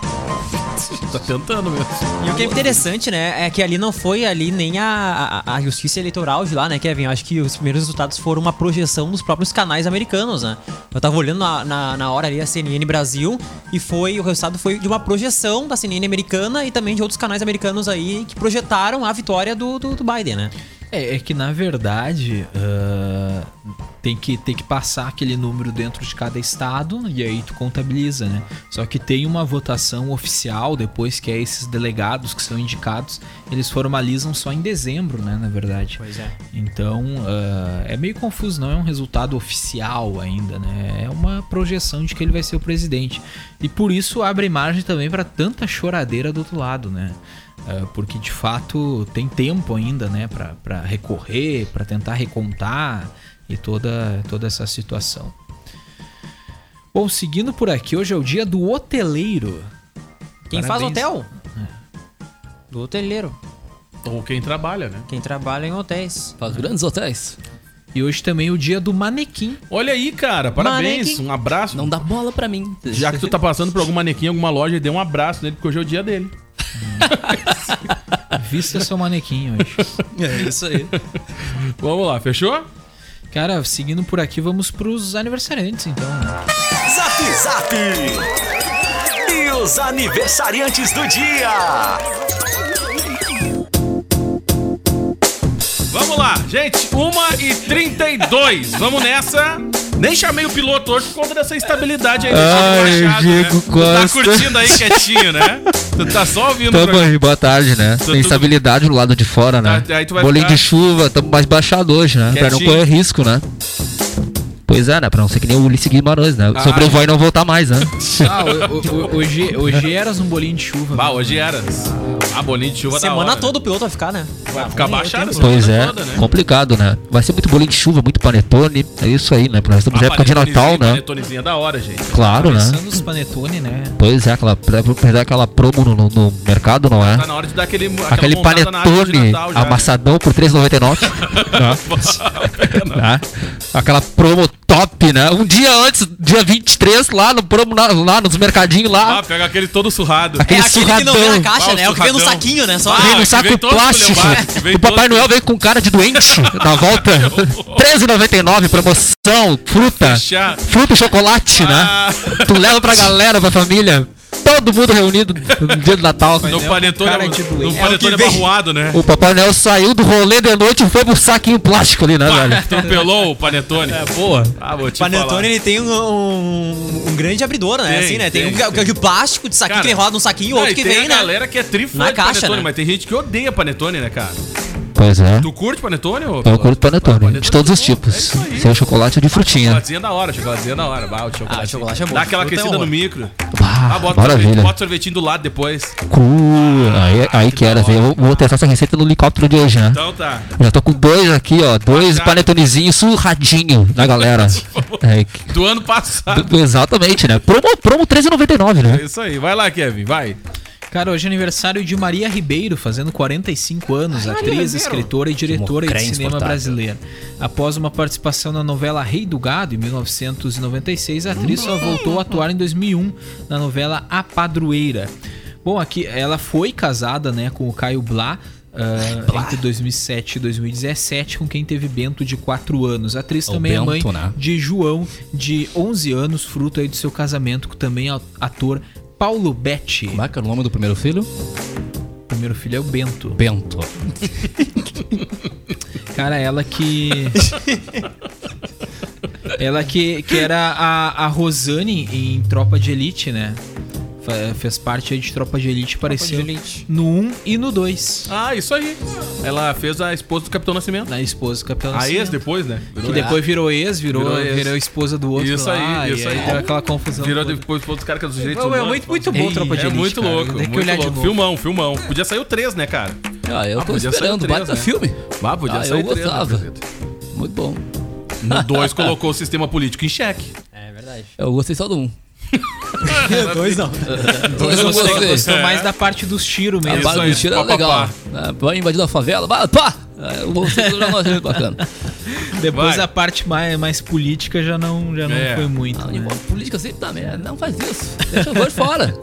Tá tentando mesmo.
E o que é interessante, né, é que ali não foi ali nem a, a, a justiça eleitoral de lá, né, Kevin? Eu acho que os primeiros resultados foram uma projeção dos próprios canais americanos, né? Eu tava olhando na, na, na hora ali a CNN Brasil e foi o resultado foi de uma projeção da CNN americana e também de outros canais americanos aí que projetaram a vitória do, do, do Biden, né?
É, é que na verdade ah, tem, que, tem que passar aquele número dentro de cada estado e aí tu contabiliza, né? Só que tem uma votação oficial depois que é esses delegados que são indicados, eles formalizam só em dezembro, né? Na verdade.
Pois é.
Então ah, é meio confuso, não é um resultado oficial ainda, né? É uma projeção de que ele vai ser o presidente. E por isso abre margem também para tanta choradeira do outro lado, né? Ah, porque de fato tem tempo ainda, né, Pra pra recorrer, pra tentar recontar e toda, toda essa situação. Bom, seguindo por aqui, hoje é o dia do hoteleiro.
Quem faz
Parabéns.
hotel? Do hoteleiro.
Ou quem trabalha, né?
Quem trabalha em hotéis.
Faz grandes hotéis.
E hoje também é o dia do manequim.
Olha aí, cara. Parabéns.
Manequim.
Um abraço.
Não dá bola pra mim.
Já que tu tá passando por algum manequim, alguma loja, dê um abraço nele, porque hoje é o dia dele.
Vista seu manequim hoje.
É isso aí.
Vamos lá, fechou?
Cara, seguindo por aqui, vamos pros aniversariantes, então. né?
Zap Zap! E os aniversariantes do dia!
Vamos lá, gente. 1h32. Vamos nessa. Nem chamei o piloto hoje por conta dessa estabilidade aí. do
Ai,
Thiago Machado,
Diego
Tu Tá
Costa.
curtindo aí quietinho, né? Tu tá só ouvindo o
Tamo
programa.
aí, boa tarde, né?
Tu-
Tem
tu-
estabilidade do lado de fora, né?
Tá, aí tu vai
Bolinho
ficar-
de chuva, tamo mais baixado hoje, né? Pra não
Quietinho.
correr risco, né? Pois é, né? Pra não ser que nem o Ulisses Guimarães, né?
Ah. é
Sobre o voo e não voltar mais, né?
Ah, o- o- o- hoje, hoje eras um bolinho de chuva.
Bah,
né?
hoje era. Ah, bolinho de chuva da
Semana
hora.
toda o piloto vai ficar, né?
Vai ficar baixado. a
Pois
semana
é,
toda, né?
complicado, né? Vai ser muito bolinho de chuva, muito panetone. É isso aí, né? Porque nós estamos na
Ah,
época de Natal, né?
panetonezinha da hora, gente.
Claro, né?
Começando os panetone, né?
Pois é, aquela, perder aquela promo no, no- no mercado, não é?
Tá na hora de dar aquele aquela
Aquele
montada na árvore de
panetone
Natal já, Ah, né?
amassadão por 3,99. né? Aquela promo top, né? Um dia antes, dia 23, lá no promo, na- lá nos mercadinhos lá.
Ah, é pega aquele todo surrado.
Aquele
que não vem na
surradão.
caixa,
Ah, o
né? É o que vem no
surradão.
saquinho, né? Só
Ah,
Vem
que
no Um saco
vem todo
plástico.
folhado, que vem
O Papai
todo-
Noel veio com cara de doente na volta. 13,99, promoção, fruta.
Fechar.
Fruta e chocolate, né?
Ah.
Tu leva pra galera, pra família. todo mundo reunido no dia do Natal.
No panetone, um-
cara é tipo
no
ele.
panetone abarroado, né?
O Papai Noel saiu do rolê de noite e foi pro saquinho plástico ali, né,
Pá,
velho?
Atropelou o panetone. É,
Boa.
Ah, vou te
Panetone,
falar.
ele tem um, um- um grande abridor, né?
Tem,
assim, né? Tem,
tem,
um ga-
tem.
de plástico, de saquinho
Cara,
que ele roda num saquinho,
Não,
outro
e
que
tem
vem,
a
né?
galera que é trifã
Na
de
caixa,
panetone,
né?
mas tem gente que odeia panetone, né, cara?
Pois é.
Tu curte panetone? Ou
Eu curto panetone, de todos os
É
tipos.
isso aí.
Sem chocolate ou de frutinha.
Chocolatezinha é da hora, chocolatezinha da hora. Bah, o chocolate,
Ah, chocolate é bom.
Dá aquela
Fruta é
aquecida no
horror.
micro.
Ah,
Ah, bota, o sorvete,
maravilha.
bota o sorvetinho do lado depois.
Cu, aí, aí que era, velho. Eu Vou, vou testar essa receita no helicóptero de hoje, né?
Então tá.
Já tô com dois aqui, ó. Dois
Marcado.
panetonezinhos surradinho da galera. É, que-
Do ano passado.
do- exatamente, né? Promo, promo 13,99,
É
né?
isso aí. Vai lá, Kevin, vai.
Cara, hoje é aniversário de Maria Ribeiro, fazendo 45 anos, atriz, escritora e diretora de
crente
cinema
insuportável.
brasileira. Após uma participação na novela Rei do Gado, em 1996, a atriz só voltou a atuar em 2001 na novela A Padroeira. Bom, aqui ela foi casada né, com o Caio Blá. ah, entre 2007 e 2017, com quem teve Bento de 4 anos. A atriz
O
também é mãe
Bento, né?
de João, de 11 anos, fruto aí do seu casamento com também o ator Paulo Betti.
Como é que era o nome do primeiro filho?
O primeiro filho é o Bento.
Bento.
Cara, ela que. ela que, que era a, a Rosane em Tropa de Elite, né? Fa- Fez parte aí de Tropa de Elite,
é.
parecia no 1 e no 2.
Ah, isso aí. Ela fez a esposa do Capitão Nascimento.
Na esposa do Capitão
A ex
Nascimento,
depois, né?
Então, assim, Que depois virou ex, virou,
Virou
virou,
ex.
esposa do outro.
Isso
lá,
aí,
e
isso aí.
Deu aquela confusão.
Virou
toda.
depois dos caras que é dos direitos
Não, é
humanos.
muito- muito bom
Ei,
Tropa de
É
Elite,
muito
cara.
louco,
Tem que
muito
olhar de
louco.
novo.
Filmão, filmão. Podia sair o 3, né, cara?
Ah, eu
Ah,
tô
podia ser
esperando.
o três,
Baita
né?
filme.
Bah, podia
Ah,
sair
eu
três, né,
gostava.
Pedrito?
Muito bom.
No 2 colocou o sistema político em xeque.
Eu gostei só do um.
Dois não.
Dois eu
Gostei,
gostei.
É.
gostou mais da parte dos tiros
A
mesmo.
Isso
barra
aí,
do tiro é
pá, pá,
legal.
pá.
Ah, Vai invadir a favela. Vai, pá! Ah, Eu gostei do negócio, achei bacana.
Depois
Ah, Vai.
a parte mais, mais política já não, já não
É.
foi muito.
Não,
né?
igual, Ah, política sempre dá merda. Não faz isso. Deixa eu vou de fora.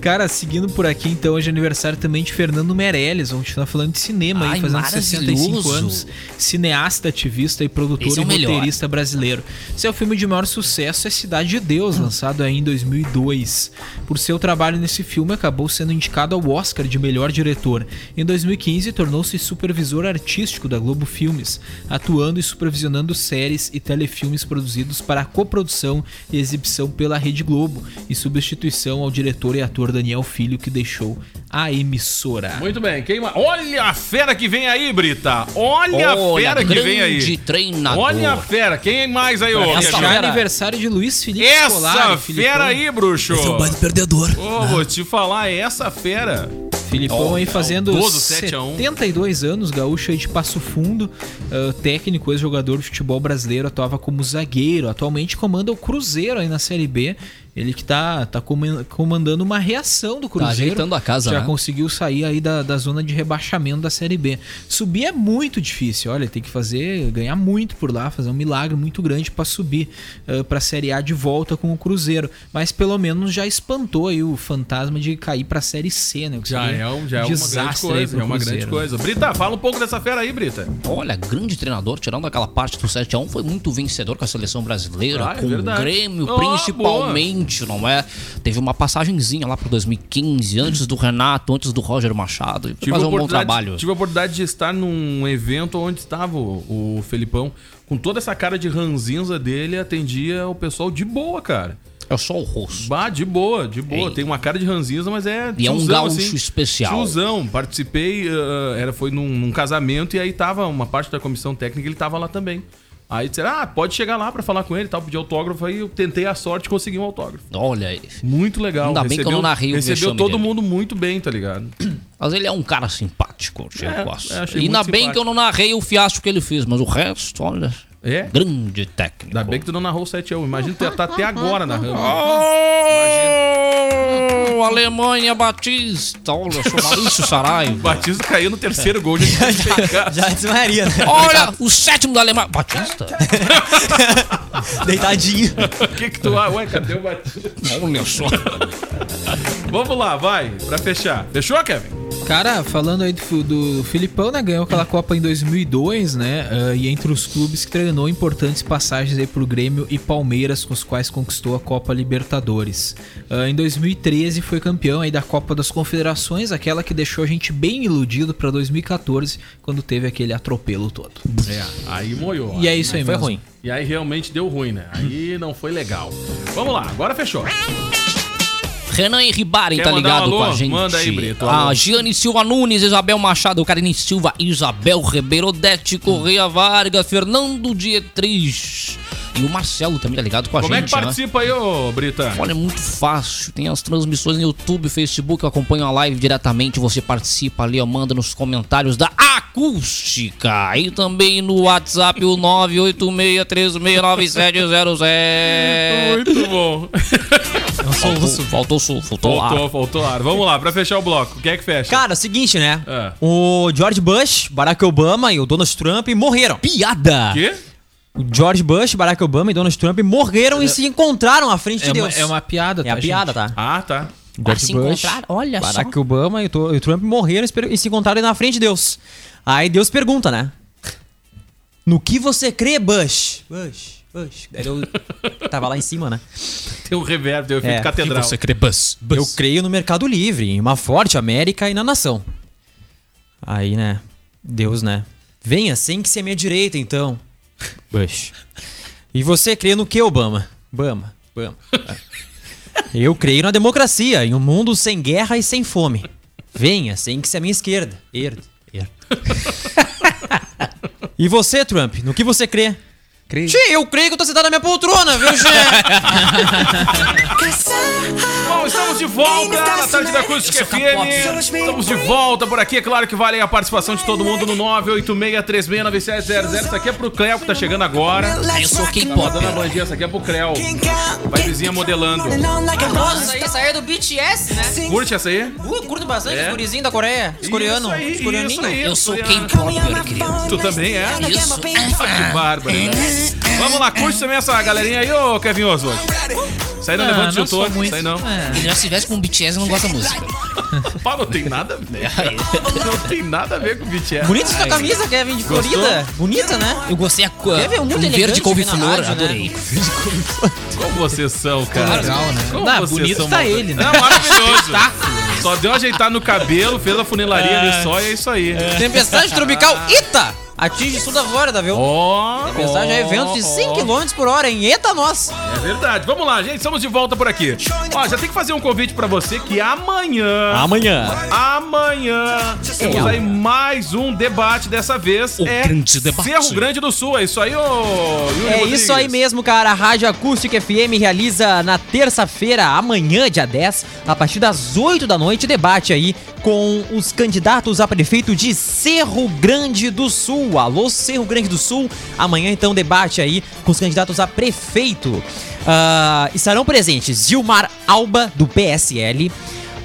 Cara, seguindo por aqui, então, hoje é aniversário também de Fernando Meirelles. Vamos continuar falando de cinema
Ai,
aí, fazendo
maravilhoso.
65 anos. Cineasta, ativista e produtor
Esse é
e
o melhor.
roteirista brasileiro. Seu filme de maior sucesso é Cidade de Deus, lançado aí em 2002. Por seu trabalho nesse filme, acabou sendo indicado ao Oscar de melhor diretor. Em 2015, tornou-se supervisor artístico da Globo Filmes, atuando e supervisionando séries e telefilmes produzidos para coprodução e exibição pela Rede Globo, em substituição ao diretor e ator Daniel Filho, que deixou a emissora.
Muito bem, quem mais? Olha a fera que vem aí, Brita! Olha,
Olha,
a fera que vem
grande
aí!
treinador.
Olha a fera, quem mais aí, ô?
Essa
Kevin?
é aniversário de Luiz Felipe
Essa
Scolari, Filipão.
fera aí, bruxo!
Seu é baita perdedor. né?
Ô, vou te falar, é essa fera.
Filipão
Ó, é
aí fazendo
12, 7 a 1.
72 anos, gaúcho aí de Passo Fundo, ah, técnico, ex-jogador de futebol brasileiro, atuava como zagueiro, atualmente comanda o Cruzeiro aí na Série B. Ele que tá, tá coman- comandando uma reação do Cruzeiro.
Tá ajeitando a casa,
Já
né?
conseguiu sair aí da, da zona de rebaixamento da Série B. Subir é muito difícil, olha, tem que fazer, ganhar muito por lá, fazer um milagre muito grande para subir para pra Série A de volta com o Cruzeiro. Mas pelo menos já espantou aí o fantasma de cair pra Série C, né? O que
Já
seria
é, um, já é uma grande
desastre aí
coisa,
pro
é uma grande
Cruzeiro.
coisa. Brita, fala um pouco dessa fera aí, Brita.
Olha, grande treinador, tirando aquela parte do 7x1, foi muito vencedor com a seleção brasileira,
Ah, é
com
verdade.
o Grêmio,
Ah,
principalmente, não é? Teve uma passagenzinha lá pro 2015, antes do Renato, antes do Roger Machado. E foi fazer um bom
oportunidade-
trabalho.
tive a oportunidade de estar num evento onde estava o, o Felipão. Com toda essa cara de ranzinza dele, atendia o pessoal de boa, cara.
É só o rosto.
Bah, de boa, de boa.
Ei.
Tem uma cara de ranzinza, mas é.
É. E é um
tiozão,
gaúcho especial.
Tiozão. Participei, ah, era, foi num, num casamento e aí tava uma parte da comissão técnica, ele tava lá também. Aí disseram, ah, pode chegar lá pra falar com ele e tal, pedir autógrafo. Aí eu tentei a sorte e consegui um autógrafo.
Olha aí.
Muito legal.
Ainda bem que eu não narrei o
Recebeu
vexame
todo
dele.
mundo muito bem, tá ligado?
Mas ele é um cara simpático, o Diego
É, é,
Costa.
achei
E Ainda
muito
bem
simpático.
que eu não narrei o fiasco que ele fez, mas o resto, olha.
É?
Grande técnico.
Ainda bem que tu não narrou o 7x1. Imagina tu ia estar até agora narrando.
Ah. Oh, Alemanha Batista, olha, sou Maurício Saraiva.
O Batista caiu no terceiro gol. Já tinha pegado.
Já desmaiaria, né?
Olha, o sétimo da Alemanha. Batista?
Deitadinho.
O que que tu... ah, Ué, cadê o Batista?
Olha só.
Vamos lá, vai. Pra fechar. Fechou, Kevin?
Cara, falando aí do, Fi- do Filipão, né? Ganhou aquela Copa em 2002, né? ah, e entre os clubes que treinou importantes passagens aí pro Grêmio e Palmeiras, com os quais conquistou a Copa Libertadores. Ah, em 2013 foi campeão aí da Copa das Confederações, aquela que deixou a gente bem iludido pra 2014, quando teve aquele atropelo todo.
É, aí moiou.
E é isso aí,
Foi
mesmo.
ruim.
E aí realmente deu ruim, né? Aí não foi legal. Vamos lá, agora fechou.
Renan e Ribari
Quer
tá
mandar um
ligado com
alô?
a gente.
Manda aí, Brito, alô.
A Giane Silva Nunes, Isabel Machado, Karine Silva, Isabel Ribeiro, Odete Correia Vargas, Fernando Dietrich. E o Marcelo também tá ligado com a
Como é
gente.
que
né?
participa aí, ô Brita?
Olha, é muito fácil. Tem as transmissões no YouTube, Facebook, eu acompanho a live diretamente. Você participa ali, ó, manda nos comentários da acústica. E também no WhatsApp, o 986369700.
Muito bom.
Faltou, faltou, sol, faltou
Faltou,
ar.
faltou ar. Vamos lá, pra fechar o bloco. Quem é que fecha?
Cara, é o seguinte, né?
É.
O George Bush, Barack Obama e o Donald Trump morreram.
Piada!
Quê?
O George Bush, Barack Obama e Donald Trump morreram
É.
e se encontraram à frente
É
de
uma,
Deus.
é uma piada,
É a piada, tá?
Ah, tá.
Ah, se encontrar, olha só.
Barack Obama e o to- e o Trump morreram e esper- e se encontraram na frente de Deus. Aí Deus pergunta, né? No que você crê, Bush? Bush, Bush. Daí eu tava lá em cima, né?
Tem um reverb, tem um efeito
É,
catedral.
crê bus?
Eu creio no mercado livre, em uma forte América e na nação. Aí, né? Deus, né? Venha sem que se é minha direita, então. Bush. E você crê no que, Obama? Obama, Obama. Eu creio na democracia, em um mundo sem guerra e sem fome. Venha sem que se é minha esquerda. Erdo, erdo. E você, Trump, no que você crê? Creio. eu creio que eu tô sentado na minha poltrona, viu, Che?
Bom, estamos de volta na tarde da Acústica FM. Estamos de volta por aqui. É claro que vale a participação de todo mundo no 986369700. Isso aqui é pro Cleo que tá chegando agora.
Eu sou
Tá
K-pop.
mandando a bandinha, isso aqui é pro Creu. Vai vizinha modelando.
Nossa, isso aí é do BTS, né?
Curte essa aí?
Uh, curto bastante
É?
os gurizinhos da Coreia. Os coreanos.
Isso aí,
Os coreaninhos.
isso aí,
Eu sou
isso aí.
K-popper, querido.
Tu também é?
Isso.
Ah,
É.
Que bárbara. né? Vamos lá, curte também essa galerinha aí, ô Kevin Oswald. Sai não, levanta o
Ah, sou
chutor.
muito.
Sai não.
É.
Se tivesse com um o BTS, eu não gosto da música.
Pá, não tem nada a ver. Não tem nada a ver com o BTS.
Bonita essa camisa, Kevin, de
É. Gostou?
Florida. Bonita, né?
Eu gostei a cor.
Quer ver?
Um
Muito
verde
elegante na
couve-flor,
rádio, né?
adorei.
Como vocês são, cara.
Legal, né?
Como
Não,
vocês
bonito
são
tá
maldosos.
ele, né?
Não, maravilhoso. Só deu ajeitar no cabelo, fez a funilaria ali só e é isso aí.
Tempestade tropical Ita. Atinge sul da Flórida, viu?
Ó,
Tempestade
ó,
é eventos de 100
ó.
km por hora em Eta Nós.
É verdade. Vamos lá, gente. Estamos de volta por aqui. Ó, já tem que fazer um convite pra você que
Ah,
amanhã,
Amanhã.
amanhã,
É,
temos aí mais um debate dessa vez. É
O grande debate.
Cerro Grande do Sul. É isso aí, ô Yuri
É
Rodrigues.
isso aí mesmo, cara. A Rádio Acústica FM realiza na terça-feira, amanhã, dia 10, a partir das 8 da noite, debate aí com os candidatos a prefeito de Cerro Grande do Sul. Alô, Cerro Grande do Sul. Amanhã, então, debate aí com os candidatos a prefeito. Ah, estarão presentes Gilmar Alba, do PSL,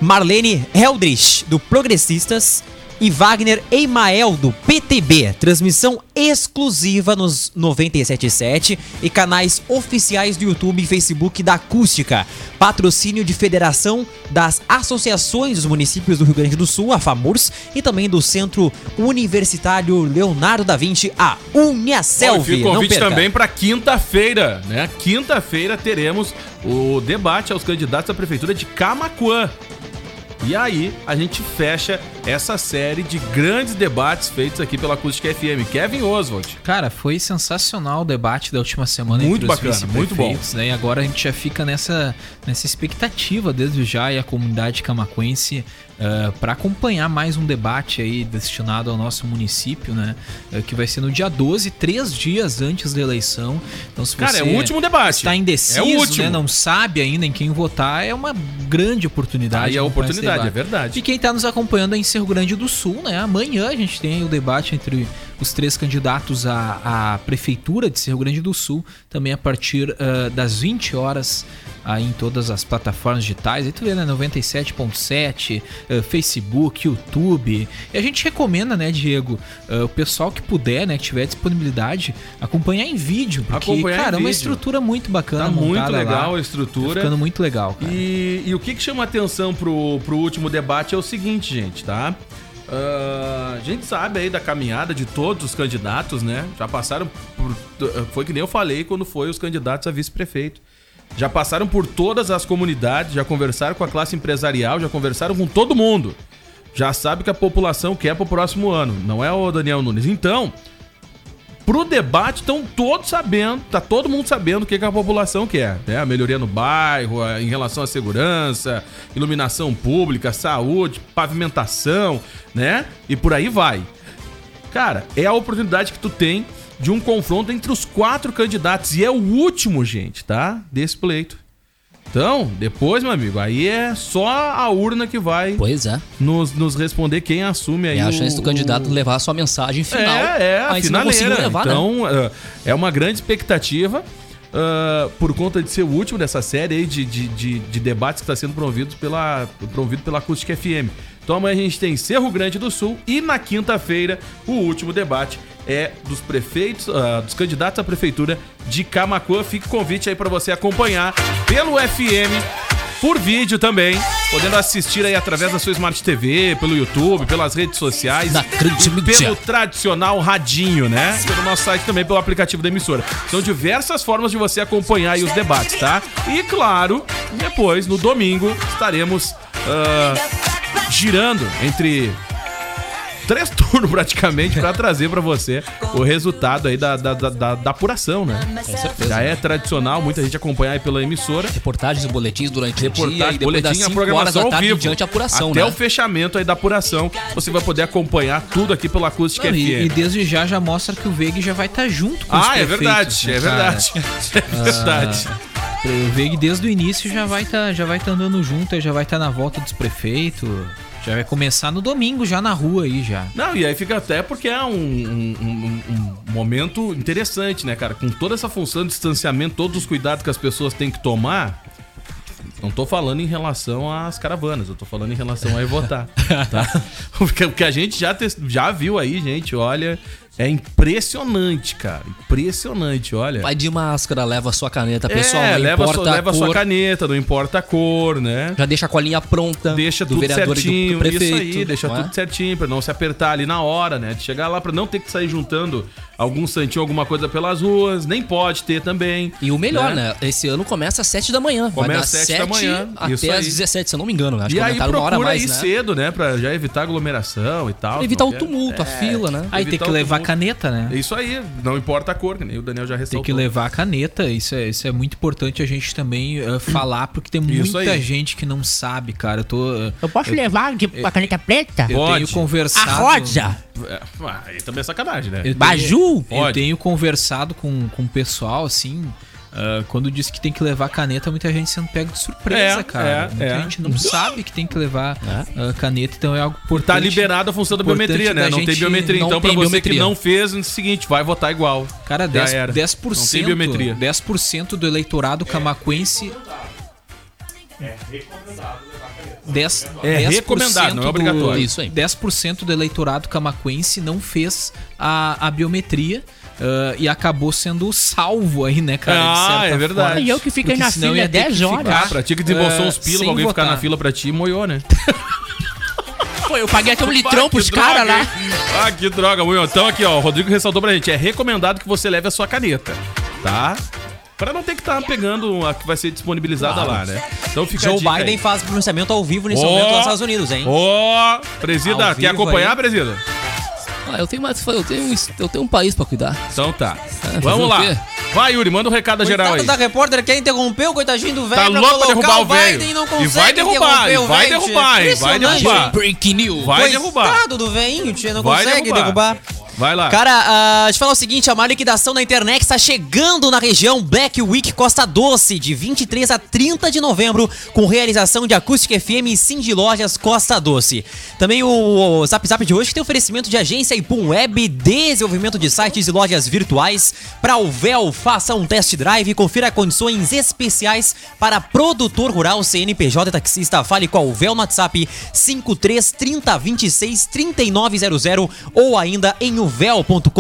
Marlene Heldrich, do Progressistas, e Wagner Eimael do PTB. Transmissão exclusiva nos 977 e canais oficiais do YouTube e Facebook da Acústica. Patrocínio de Federação das Associações dos Municípios do Rio Grande do Sul, a FAMURS, e também do Centro Universitário Leonardo da Vinci, a
Bom, e
Uniaselv.
fica o
Não
convite
perca.
também para quinta-feira, né? Quinta-feira teremos o debate aos candidatos à prefeitura de Camacuã. E aí a gente fecha essa série de grandes debates feitos aqui pela Acústica FM. Kevin Oswald.
Cara, foi sensacional o debate da última semana
Muito
entre
bacana,
os
muito bom.
vice-prefeitos, né? E agora a gente já fica nessa, nessa expectativa desde já e a comunidade camaquense para acompanhar mais um debate aí destinado ao nosso município, né? Eh, que vai ser no dia 12, três dias antes da eleição. Então, se
Cara,
você
é o último debate.
está indeciso,
É o último.
né? Não sabe ainda em quem votar, é uma grande
Aí é
oportunidade.
a
de acompanhar esse
oportunidade, é
debate.
verdade.
E quem está nos acompanhando é em Cerro Grande do Sul, né? Amanhã a gente tem o debate entre os três candidatos à, à prefeitura de Cerro Grande do Sul, também a partir ah, das 20 eh, horas aí em todas as plataformas digitais. Aí tu vê, né? 97.7, eh, Facebook, YouTube. E a gente recomenda, né, Diego, eh, o pessoal que puder, né, que tiver disponibilidade, acompanhar em vídeo. Porque,
Acompanhar em
cara, é uma
vídeo.
estrutura muito bacana.
Tá muito
montada lá.
legal a
Tá
estrutura.
ficando muito legal, cara.
E, e o que, que chama atenção pro, pro último debate é o seguinte, gente, tá? Ah, a gente sabe aí da caminhada de todos os candidatos, né? Já passaram por. Foi que nem eu falei quando foi os candidatos a vice-prefeito. Já passaram por todas as comunidades, já conversaram com a classe empresarial, já conversaram com todo mundo. Já sabe o que a população quer pro próximo ano, não é o Daniel Nunes. Então, pro debate estão todos sabendo, tá todo mundo sabendo o que, que a população quer, né? A melhoria no bairro, a- em relação à segurança, iluminação pública, saúde, pavimentação, né? E por aí vai. Cara, é a oportunidade que tu tem de um confronto entre os quatro candidatos e é o último, gente, tá? Desse pleito. Então, depois, meu amigo, aí é só a urna que vai
Pois é.
nos, nos responder quem assume aí
É a
o-
chance do candidato levar a sua mensagem final.
Hum. é, é, a
Aí se não
finaleira.
conseguiu levar, né?
então, eh, é uma grande expectativa. ah, por conta de ser o último dessa série aí de, de, de- de debates que está sendo promovido pela, promovido pela Acústica FM. Então amanhã a gente tem Cerro Grande do Sul e na quinta-feira o último debate é dos prefeitos, ah, dos candidatos à prefeitura de Camacuã. Fica o convite aí para você acompanhar pelo FM por vídeo também, podendo assistir aí através da sua Smart TV, pelo YouTube, pelas redes sociais,
Na grande
e
mídia.
pelo tradicional radinho, né? Pelo nosso site também, pelo aplicativo da emissora. São diversas formas de você acompanhar aí os debates, tá? E claro, depois, no domingo, estaremos ah, girando entre três turnos praticamente pra trazer pra você o resultado aí da, da, da, da- da apuração, né?
Com certeza.
Já é tradicional, muita gente acompanha aí pela emissora.
Reportagens e boletins durante o dia e
Reportagem,
depois das
boletim, a
5 horas
programação
da
ao
tarde
vivo.
em diante a apuração,
Até
né?
o fechamento aí da apuração, você vai poder acompanhar tudo aqui pela Acústica
Não,
FM.
e, e desde já já mostra que o Veg já vai estar junto com
Ah, é
prefeitos,
verdade,
né,
é verdade.
cara?
É verdade.
Ah.
O Veg desde o início já vai estar já vai tá andando junto, aí já vai estar na volta dos prefeitos. Já vai começar no domingo, já na rua aí já.
Não, e aí fica até porque é um, um- um- um momento interessante, né, cara? Com toda essa função de distanciamento, todos os cuidados que as pessoas têm que tomar. Não tô falando em relação às caravanas, eu tô falando em relação a ir votar. tá? O que- o que a gente já, tes- já viu aí, gente, olha. É impressionante, cara. Impressionante, olha.
Vai de máscara, leva a sua caneta pessoal,
é,
não
leva,
importa
sua, leva
a
sua
cor,
caneta, não importa a cor, né?
já deixa a colinha pronta
Deixa
do
tudo
vereador e do- do
certinho,
prefeito.
isso aí, deixa
não é?
tudo certinho pra não se apertar ali na hora, né? De chegar lá pra não ter que sair juntando algum santinho, alguma coisa pelas ruas, nem pode ter também.
E o melhor, né? Esse ano começa às 7 da manhã.
Começa
Vai
às
das
sete da manhã, isso
até
aí.
às 17, se eu não me engano. né? Acho
E
que
aí é,
aumentaram
procura
uma hora a mais,
ir
né?
cedo, né? Pra já evitar aglomeração e tal.
Pra evitar
não
o
quer.
tumulto, a fila, né?
Aí tem
Evitar
que
o
levar
tumulto.
caneta, né?
É Isso aí, não importa a cor, que nem o Daniel já
Tem
ressaltou.
que levar a caneta, isso é, isso é muito importante a gente também eh, falar, porque tem
Isso
muita
aí. É
gente que não sabe, cara. Eu tô. eh,
Eu posso levar de, uma caneta preta?
Eu
Pode.
tenho conversado.
A rosa!
É, ah, aí também é sacanagem, né?
Eu tenho-
Baju!
Pode.
Eu tenho conversado com, com o pessoal, assim. ah, quando diz que tem que levar caneta, muita gente sendo pega de surpresa,
É,
cara.
é,
muita
é.
gente não sabe que tem que levar ah, caneta, então é algo importante.
Tá liberada a função da
Importante
é
biometria, né?
da
Não tem
gente-
biometria.
não
Então, pra
tem
você que
biometria.
não fez, é o seguinte, vai votar igual.
Cara,
Já
10,
era.
10%,
Não tem biometria. É.
10% do eleitorado camacuense. Dez- 10%,
É recomendado, não é obrigatório.
Do,
Isso aí.
10% do eleitorado camacuense não fez a, a biometria ah, e acabou sendo salvo aí, né, cara? de
Ah,
certa
é verdade.
forma.
E eu que fiquei
Porque
na
senão
fila
ia ter
10
que
horas.
ficar-
Ah, pra ti que desembolsou
Ah,
uns pila
sem
pra alguém ficar
votar.
na fila pra ti, moiou, né?
Pô, eu paguei até um litrão pros
Que droga,
caras lá.
hein? Ah, que droga, moiou. Então aqui, ó, o Rodrigo ressaltou pra gente, é recomendado que você leve a sua caneta, tá? Pra não ter que estar pegando a que vai ser disponibilizada lá, né? Então fica a
Joe
dica aí.
Biden faz pronunciamento ao vivo nesse
Ó,
momento nos Estados Unidos, hein?
Ó,
Ao
presida, quer
vivo
acompanhar,
aí.
presida?
Ah, eu tenho mais. Eu tenho, um- eu tenho um país pra cuidar.
Então
Ah,
tá.
fazer
Vamos
o
lá.
quê?
Vai, Yuri, manda um recado da geral
Coitado
aí.
da repórter quer interromper o coitadinho do velho
Tá
pra
louco pra
colocar
derrubar o
Biden
velho.
e não
E
consegue
vai derrubar,
interromper o
e vai
velho, tio.
derrubar, e vai
Impressionante.
derrubar.
Breaking news.
Ah. Vai derrubar.
Coitado do velhinho, tio, não
Vai
consegue
derrubar.
derrubar.
Vai lá.
Cara, ah, deixa eu falar o seguinte, a maior liquidação da internet está chegando na região Black Week Costa Doce, de 23 a 30 de novembro, com realização de Acústica FM e Cindy Lojas Costa Doce. Também o, o Zap Zap de hoje tem oferecimento de agência Ipum Web, desenvolvimento de sites e lojas virtuais. Para o véu, faça um test drive e confira condições especiais para produtor rural, CNPJ e taxista. Fale com a Véu no WhatsApp 53 30 26 3900 ou ainda em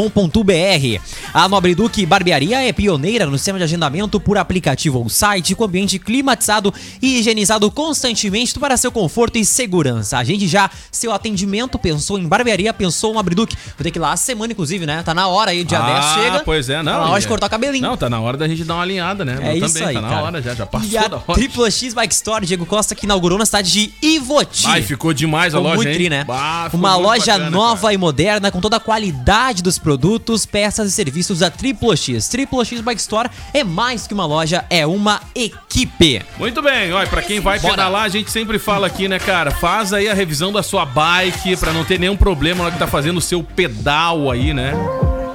uvel.com.br. A Nobre Duque Barbearia é pioneira no sistema de agendamento por aplicativo ou site com ambiente climatizado e higienizado constantemente para seu conforto e segurança. Agende já seu atendimento, pensou em barbearia, pensou em Nobre Duque. Vou ter que ir lá a semana, inclusive, né? Tá na hora aí, dia 10 chega.
Ah, Pois é, não.
Tá na hora de
é.
cortar o cabelinho.
Não, tá na hora da gente dar uma alinhada, né?
É
Eu
isso aí,
tá na
cara.
hora já, já passou
E a
da hora.
Tripla X Bike Store, Diego Costa, que inaugurou na cidade de Ivoti.
Ai, ficou demais a
Ficou
loja,
muito
hein?
tri, né?
Bah, ficou
Uma
muito
loja
bacana,
nova
cara.
e moderna, com toda a qualidade dos produtos, peças e serviços da Triplo X. Triplo X Bike Store é mais que uma loja, é uma equipe.
Muito bem, olha, pra quem vai pedalar, a gente sempre fala aqui, né, cara? Faz aí a revisão da sua bike pra não ter nenhum problema na hora que tá fazendo o seu pedal aí, né?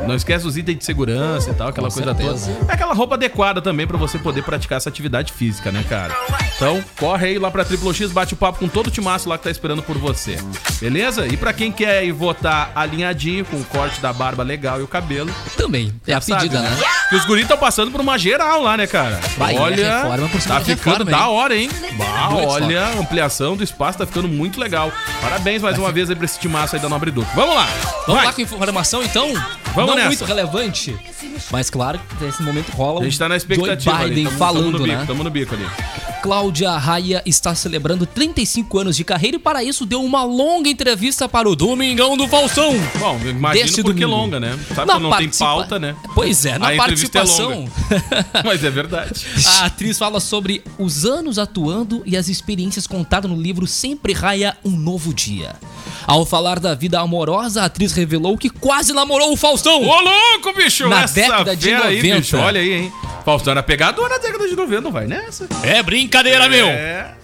Não esquece os itens de segurança e tal, aquela coisa toda. É aquela roupa adequada também pra você poder praticar essa atividade física, né, cara? Então, corre aí lá pra Triplo X, bate o papo com todo o timaço lá que tá esperando por você. Beleza? E pra quem quer ir votar alinhadinho, com o corte da barba legal e o cabelo,
Também. É a
sabe,
pedida, né?
Que os guris estão passando por uma geral lá, né, cara?
Vai,
olha,
é reforma por cima
tá
da
ficando
reforma,
da
hein?
hora, hein? Bah,
Dois
olha, a ampliação do espaço tá ficando muito legal. Parabéns mais uma vez aí pra esse timaço aí da Nobre Duque. Vamos lá!
Vamos
vai.
lá com informação, então?
Vamos
Não
nessa.
muito relevante. Mas claro, nesse momento rola um
A gente tá na expectativa
Joe Biden
ali. Tamo,
falando,
tamo no bico,
né?
tamo no bico ali.
Cláudia Raia está celebrando 35 anos de carreira e para isso deu uma longa entrevista para o Domingão do Falsão.
Bom, imagino
Desse
porque
domingo.
longa, né? Sabe
Na
que não tem
participa-
pauta, né?
Pois é, na
A entrevista é
participação.
longa. Mas é verdade.
A atriz fala sobre os anos atuando e as experiências contadas no livro Sempre Raia Um Novo Dia. Ao falar da vida amorosa, a atriz revelou que quase namorou o Faustão.
Ô, louco, bicho!
Na
essa
década de
fera aí,
90.
bicho, olha aí, hein? Faustão era pegador na década de 90, não vai nessa.
É brincadeira, meu!
É.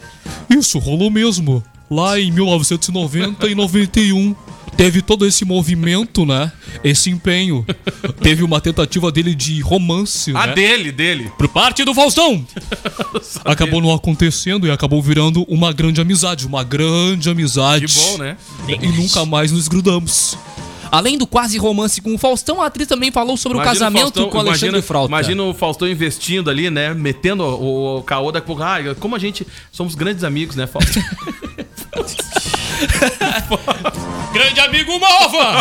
Isso rolou mesmo. Lá em 1990 e 91 teve todo esse movimento, né? Esse empenho. Teve uma tentativa dele de romance,
A
É.
né?
Ah, dele, dele.
Por parte do Faustão. acabou não acontecendo e acabou virando uma grande amizade, uma grande amizade.
Que bom, né?
E nunca mais nos grudamos.
Além do quase romance com o Faustão, a atriz também falou sobre o
Imagina
casamento
Faustão-
com o Alexandre
imagina,
Frota.
Imagina o Faustão investindo ali, né? Metendo o, o caô da pouco. Ah, como a gente somos grandes amigos, né, Faustão?
Grande amigo Malva!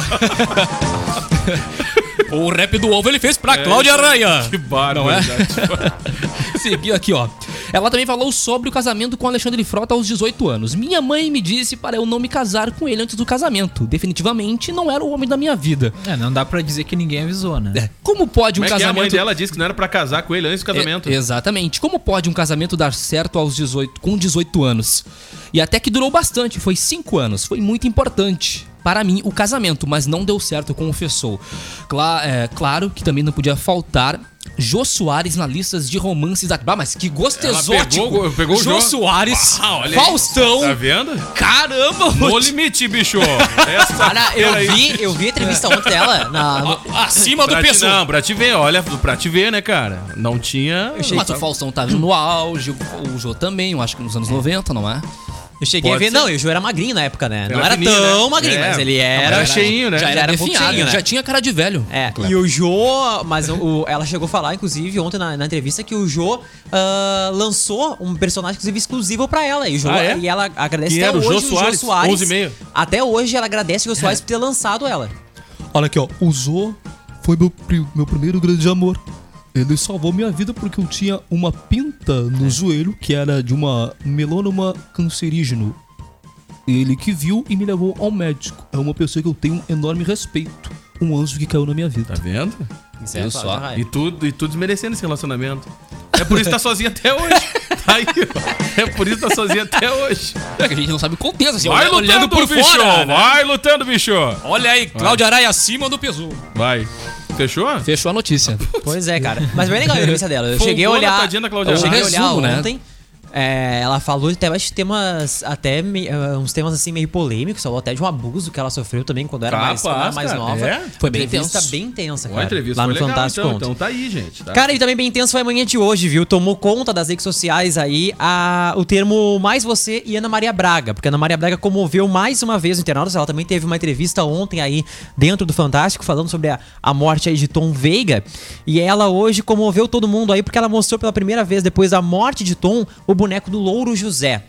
o rap do ovo ele fez
É
pra Cláudia Raia.
que
é?
é? barbaridade.
Seguiu aqui, ó. Ela também falou sobre o casamento com o Alexandre Frota aos 18 anos. Minha mãe me disse para eu não me casar com ele antes do casamento. Definitivamente não era o homem da minha vida.
É, não dá pra dizer que ninguém avisou, né?
Como pode um
Como é que a mãe
casamento.
dela disse que não era pra casar com ele antes do casamento?
É, exatamente. Como pode um casamento dar certo aos 18, com 18 anos? E até que durou bastante, foi 5 anos. Foi muito importante para mim o casamento, mas não deu certo, confessou. Cla- é, claro que também não podia faltar Jô Soares na lista de romances da. Ah, mas que gosto
Ela
exótico!
pegou- pegou o Jô.
Jô Soares,
Ah, olha aí.
Faustão.
Tá vendo?
Caramba,
No
mano.
limite, bicho. Essa
Cara, eu
fera aí.
vi, eu vi a entrevista ontem dela na, no-
Acima do
Pra te,
pessoal.
não, pra te ver, olha, pra te ver, né, cara? Não tinha.
Mas o Faustão tava no auge, o- o Jô também, eu acho que nos anos 90, não é?
Eu cheguei
Pode
a ver.
ser.
Não, e o Joe era magrinho na época, né? não
Era
era
fininho,
tão
né?
magrinho,
É.
mas ele
Era,
era.
cheinho, né?
Já
Ele
era,
era
definhado,
pontinho, né?
já tinha cara de velho.
É, e o Jô, mas o, ela chegou a falar, inclusive, ontem na, na entrevista, que o Jô ah, lançou um personagem, inclusive, exclusivo pra ela. E, o Jô,
Ah, é?
e ela agradece
Quem era
até
o
hoje
Jô Soares? 11 e meio. É.
Até hoje ela agradece o Jô Soares por ter lançado ela.
Olha aqui, ó. O Zô foi meu, pri- meu primeiro grande amor. Ele salvou minha vida porque eu tinha uma pinta
É.
no joelho que era de uma melônoma cancerígeno. Ele que viu e me levou ao médico. É uma pessoa que eu tenho um enorme respeito. Um anjo que caiu na minha vida.
Tá vendo?
Isso é
só.
foda, né?
E tudo, e tudo desmerecendo esse relacionamento. É por isso que tá sozinha até hoje. Tá aí, ó. É por isso que tá sozinha até hoje.
É que a gente não sabe o contexto, assim,
Vai
olha-
lutando,
olhando por
bicho!
fora. né?
Vai lutando, bicho!
Olha aí, Cláudio Araia acima do peso.
Vai. Fechou?
Fechou a notícia.
Pois é, cara. Mas bem legal a entrevista dela. Eu
Folgou
cheguei a
na
olhar.
tadinha um da Claudia
eu cheguei a
Raia.
olhar
Resumo, né?
ontem. É, ela falou até mais temas, até me- ah, uns temas assim meio polêmicos, falou até de um abuso que ela sofreu também quando era mais, quando era
Capaz,
mais
cara.
nova.
É?
Foi
bem
entrevista
tenso.
bem tensa,
Ó, a
cara.
entrevista
lá
foi
no
legal,
Fantástico
então,
ontem.
então tá aí, gente. tá?
Cara, e também bem tenso foi a manhã de hoje, viu? Tomou conta das redes sociais aí a, o termo Mais Você e Ana Maria Braga, porque Ana Maria Braga comoveu mais uma vez o internautas. Ela também teve uma entrevista ontem aí dentro do Fantástico, falando sobre a, a morte aí de Tom Veiga. E ela hoje comoveu todo mundo aí, porque ela mostrou pela primeira vez, depois da morte de Tom, o boneco do Louro José.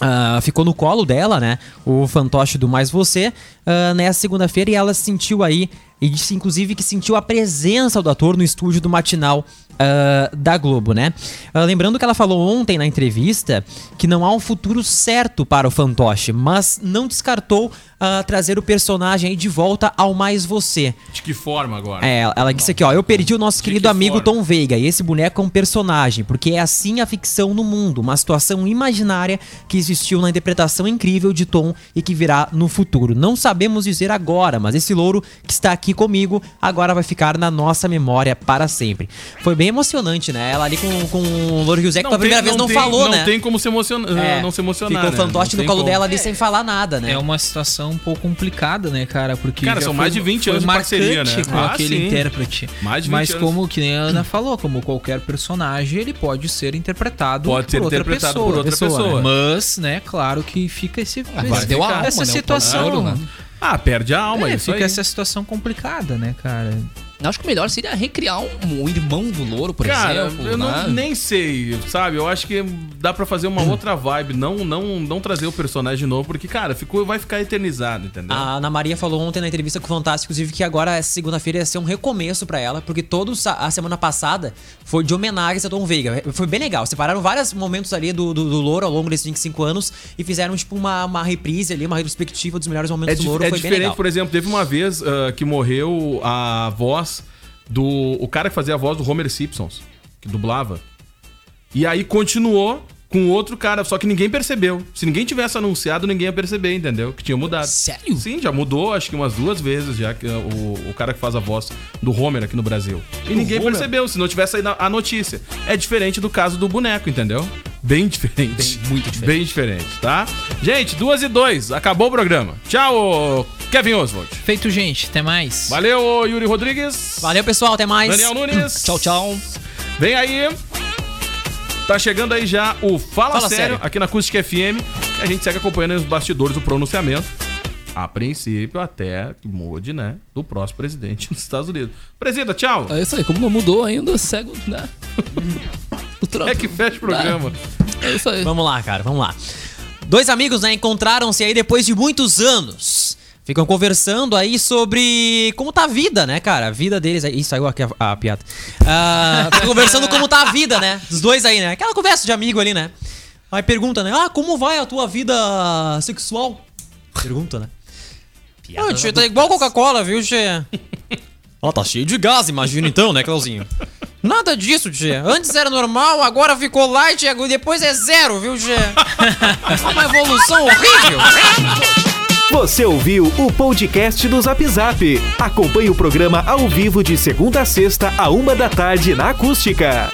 Ah, ficou no colo dela, né? O fantoche do Mais Você, ah, nessa segunda-feira, e ela sentiu aí, e disse inclusive que sentiu a presença do ator no estúdio do matinal ah, da Globo, né? Ah, lembrando que ela falou ontem na entrevista que não há um futuro certo para o fantoche, mas não descartou ah, trazer o personagem aí de volta ao Mais Você.
De que forma agora?
É, ela- ela disse aqui, ó, eu perdi o nosso querido
que
amigo
forma?
Tom Veiga e esse boneco é um personagem, porque é assim a ficção no mundo, uma situação imaginária que existiu na interpretação incrível de Tom e que virá no futuro. Não sabemos dizer agora, mas esse louro que está aqui comigo agora vai ficar na nossa memória para sempre. Foi bem emocionante, né? Ela ali com, com o Louro José, que pela primeira vez não
tem-
falou,
não
né?
tem como se emocionar,
É,
não se emocionar.
Ficou
né?
fantoche
Não
no
tem
colo
como.
dela ali sem falar nada, né?
É uma situação um pouco complicada, né, cara? Porque.
Cara,
já
são mais de 20 anos de
marcante
parceria, né?
com
Ah,
aquele
sim.
intérprete.
Mais de 20
Mas
anos.
como que nem a Ana falou, como qualquer personagem, ele pode ser interpretado
Pode ser
por outra
interpretado
pessoa.
por outra pessoa.
né? Mas, né, claro que fica esse,
Ah,
esse-
mas deu a alma,
essa
né, o
situação.
Paulo, né?
Ah, perde a alma,
É,
isso
fica
assim,
aí.
essa situação complicada, né, cara?
Eu Acho que o melhor seria recriar um, um irmão do louro, por
Cara,
exemplo.
eu não,
né?
nem sei, sabe? Eu acho que dá pra fazer uma outra vibe, não não não trazer o personagem de novo, porque cara, ficou vai ficar eternizado, entendeu?
A Ana Maria falou ontem na entrevista com o Fantástico, inclusive, que agora essa segunda-feira ia ser um recomeço pra ela, porque toda sa- a semana passada foi de homenagens a Tom Veiga. Foi bem legal. Separaram vários momentos ali do, do, do Louro ao longo desses 25 anos e fizeram, tipo, uma, uma reprise ali, uma retrospectiva dos melhores momentos
É,
do
dif-
Louro.
é
foi bem
diferente,
legal.
por exemplo, teve uma vez ah, que morreu a voz do. O cara que fazia a voz do Homer Simpsons, que dublava. E aí continuou com outro cara, só que ninguém percebeu. Se ninguém tivesse anunciado, ninguém ia perceber, entendeu? Que tinha mudado.
Sério?
Sim, já mudou, acho que umas duas vezes já que, ah, o, o cara que faz a voz do Homer aqui no Brasil. E ninguém percebeu, se não tivesse aí na- a notícia. É diferente do caso do boneco, entendeu? Bem diferente. muito diferente. Bem diferente, tá? Gente, duas e dois. Acabou o programa. Tchau, Kevin Oswald.
Feito, gente. Até mais.
Valeu, Yuri Rodrigues.
Valeu, pessoal. Até mais.
Daniel Nunes.
Tchau, tchau.
Vem aí. Tá chegando aí já o Fala,
Fala
Sério,
Sério.
aqui na Acústica FM. E a gente segue acompanhando aí os bastidores do pronunciamento. A princípio, até que mude, né? Do próximo presidente dos Estados Unidos. Presida, tchau.
É isso aí, como não mudou ainda, cego, né? O Trump.
É que fecha o programa.
É isso aí.
Vamos lá, cara, vamos lá. Dois amigos, né, encontraram-se aí depois de muitos anos. Ficam conversando aí sobre como tá a vida, né, cara? A vida deles aí. Ih, saiu aqui a, a piada. Ah, ficam conversando como tá a vida, né? Dos dois aí, né? Aquela conversa de amigo ali, né? Aí pergunta, né? Ah, como vai a tua vida sexual? Pergunta, né? Ah, tchê, tá igual Coca-Cola, viu, tchê? Ela tá cheia de gás, imagina então, né, Clauzinho? Nada disso, Tchê. Antes era normal, agora ficou light e depois é zero, viu, Tchê? É uma evolução horrível.
Você ouviu o podcast do Zap Zap. Acompanhe o programa ao vivo de segunda a sexta, a uma da tarde na Acústica.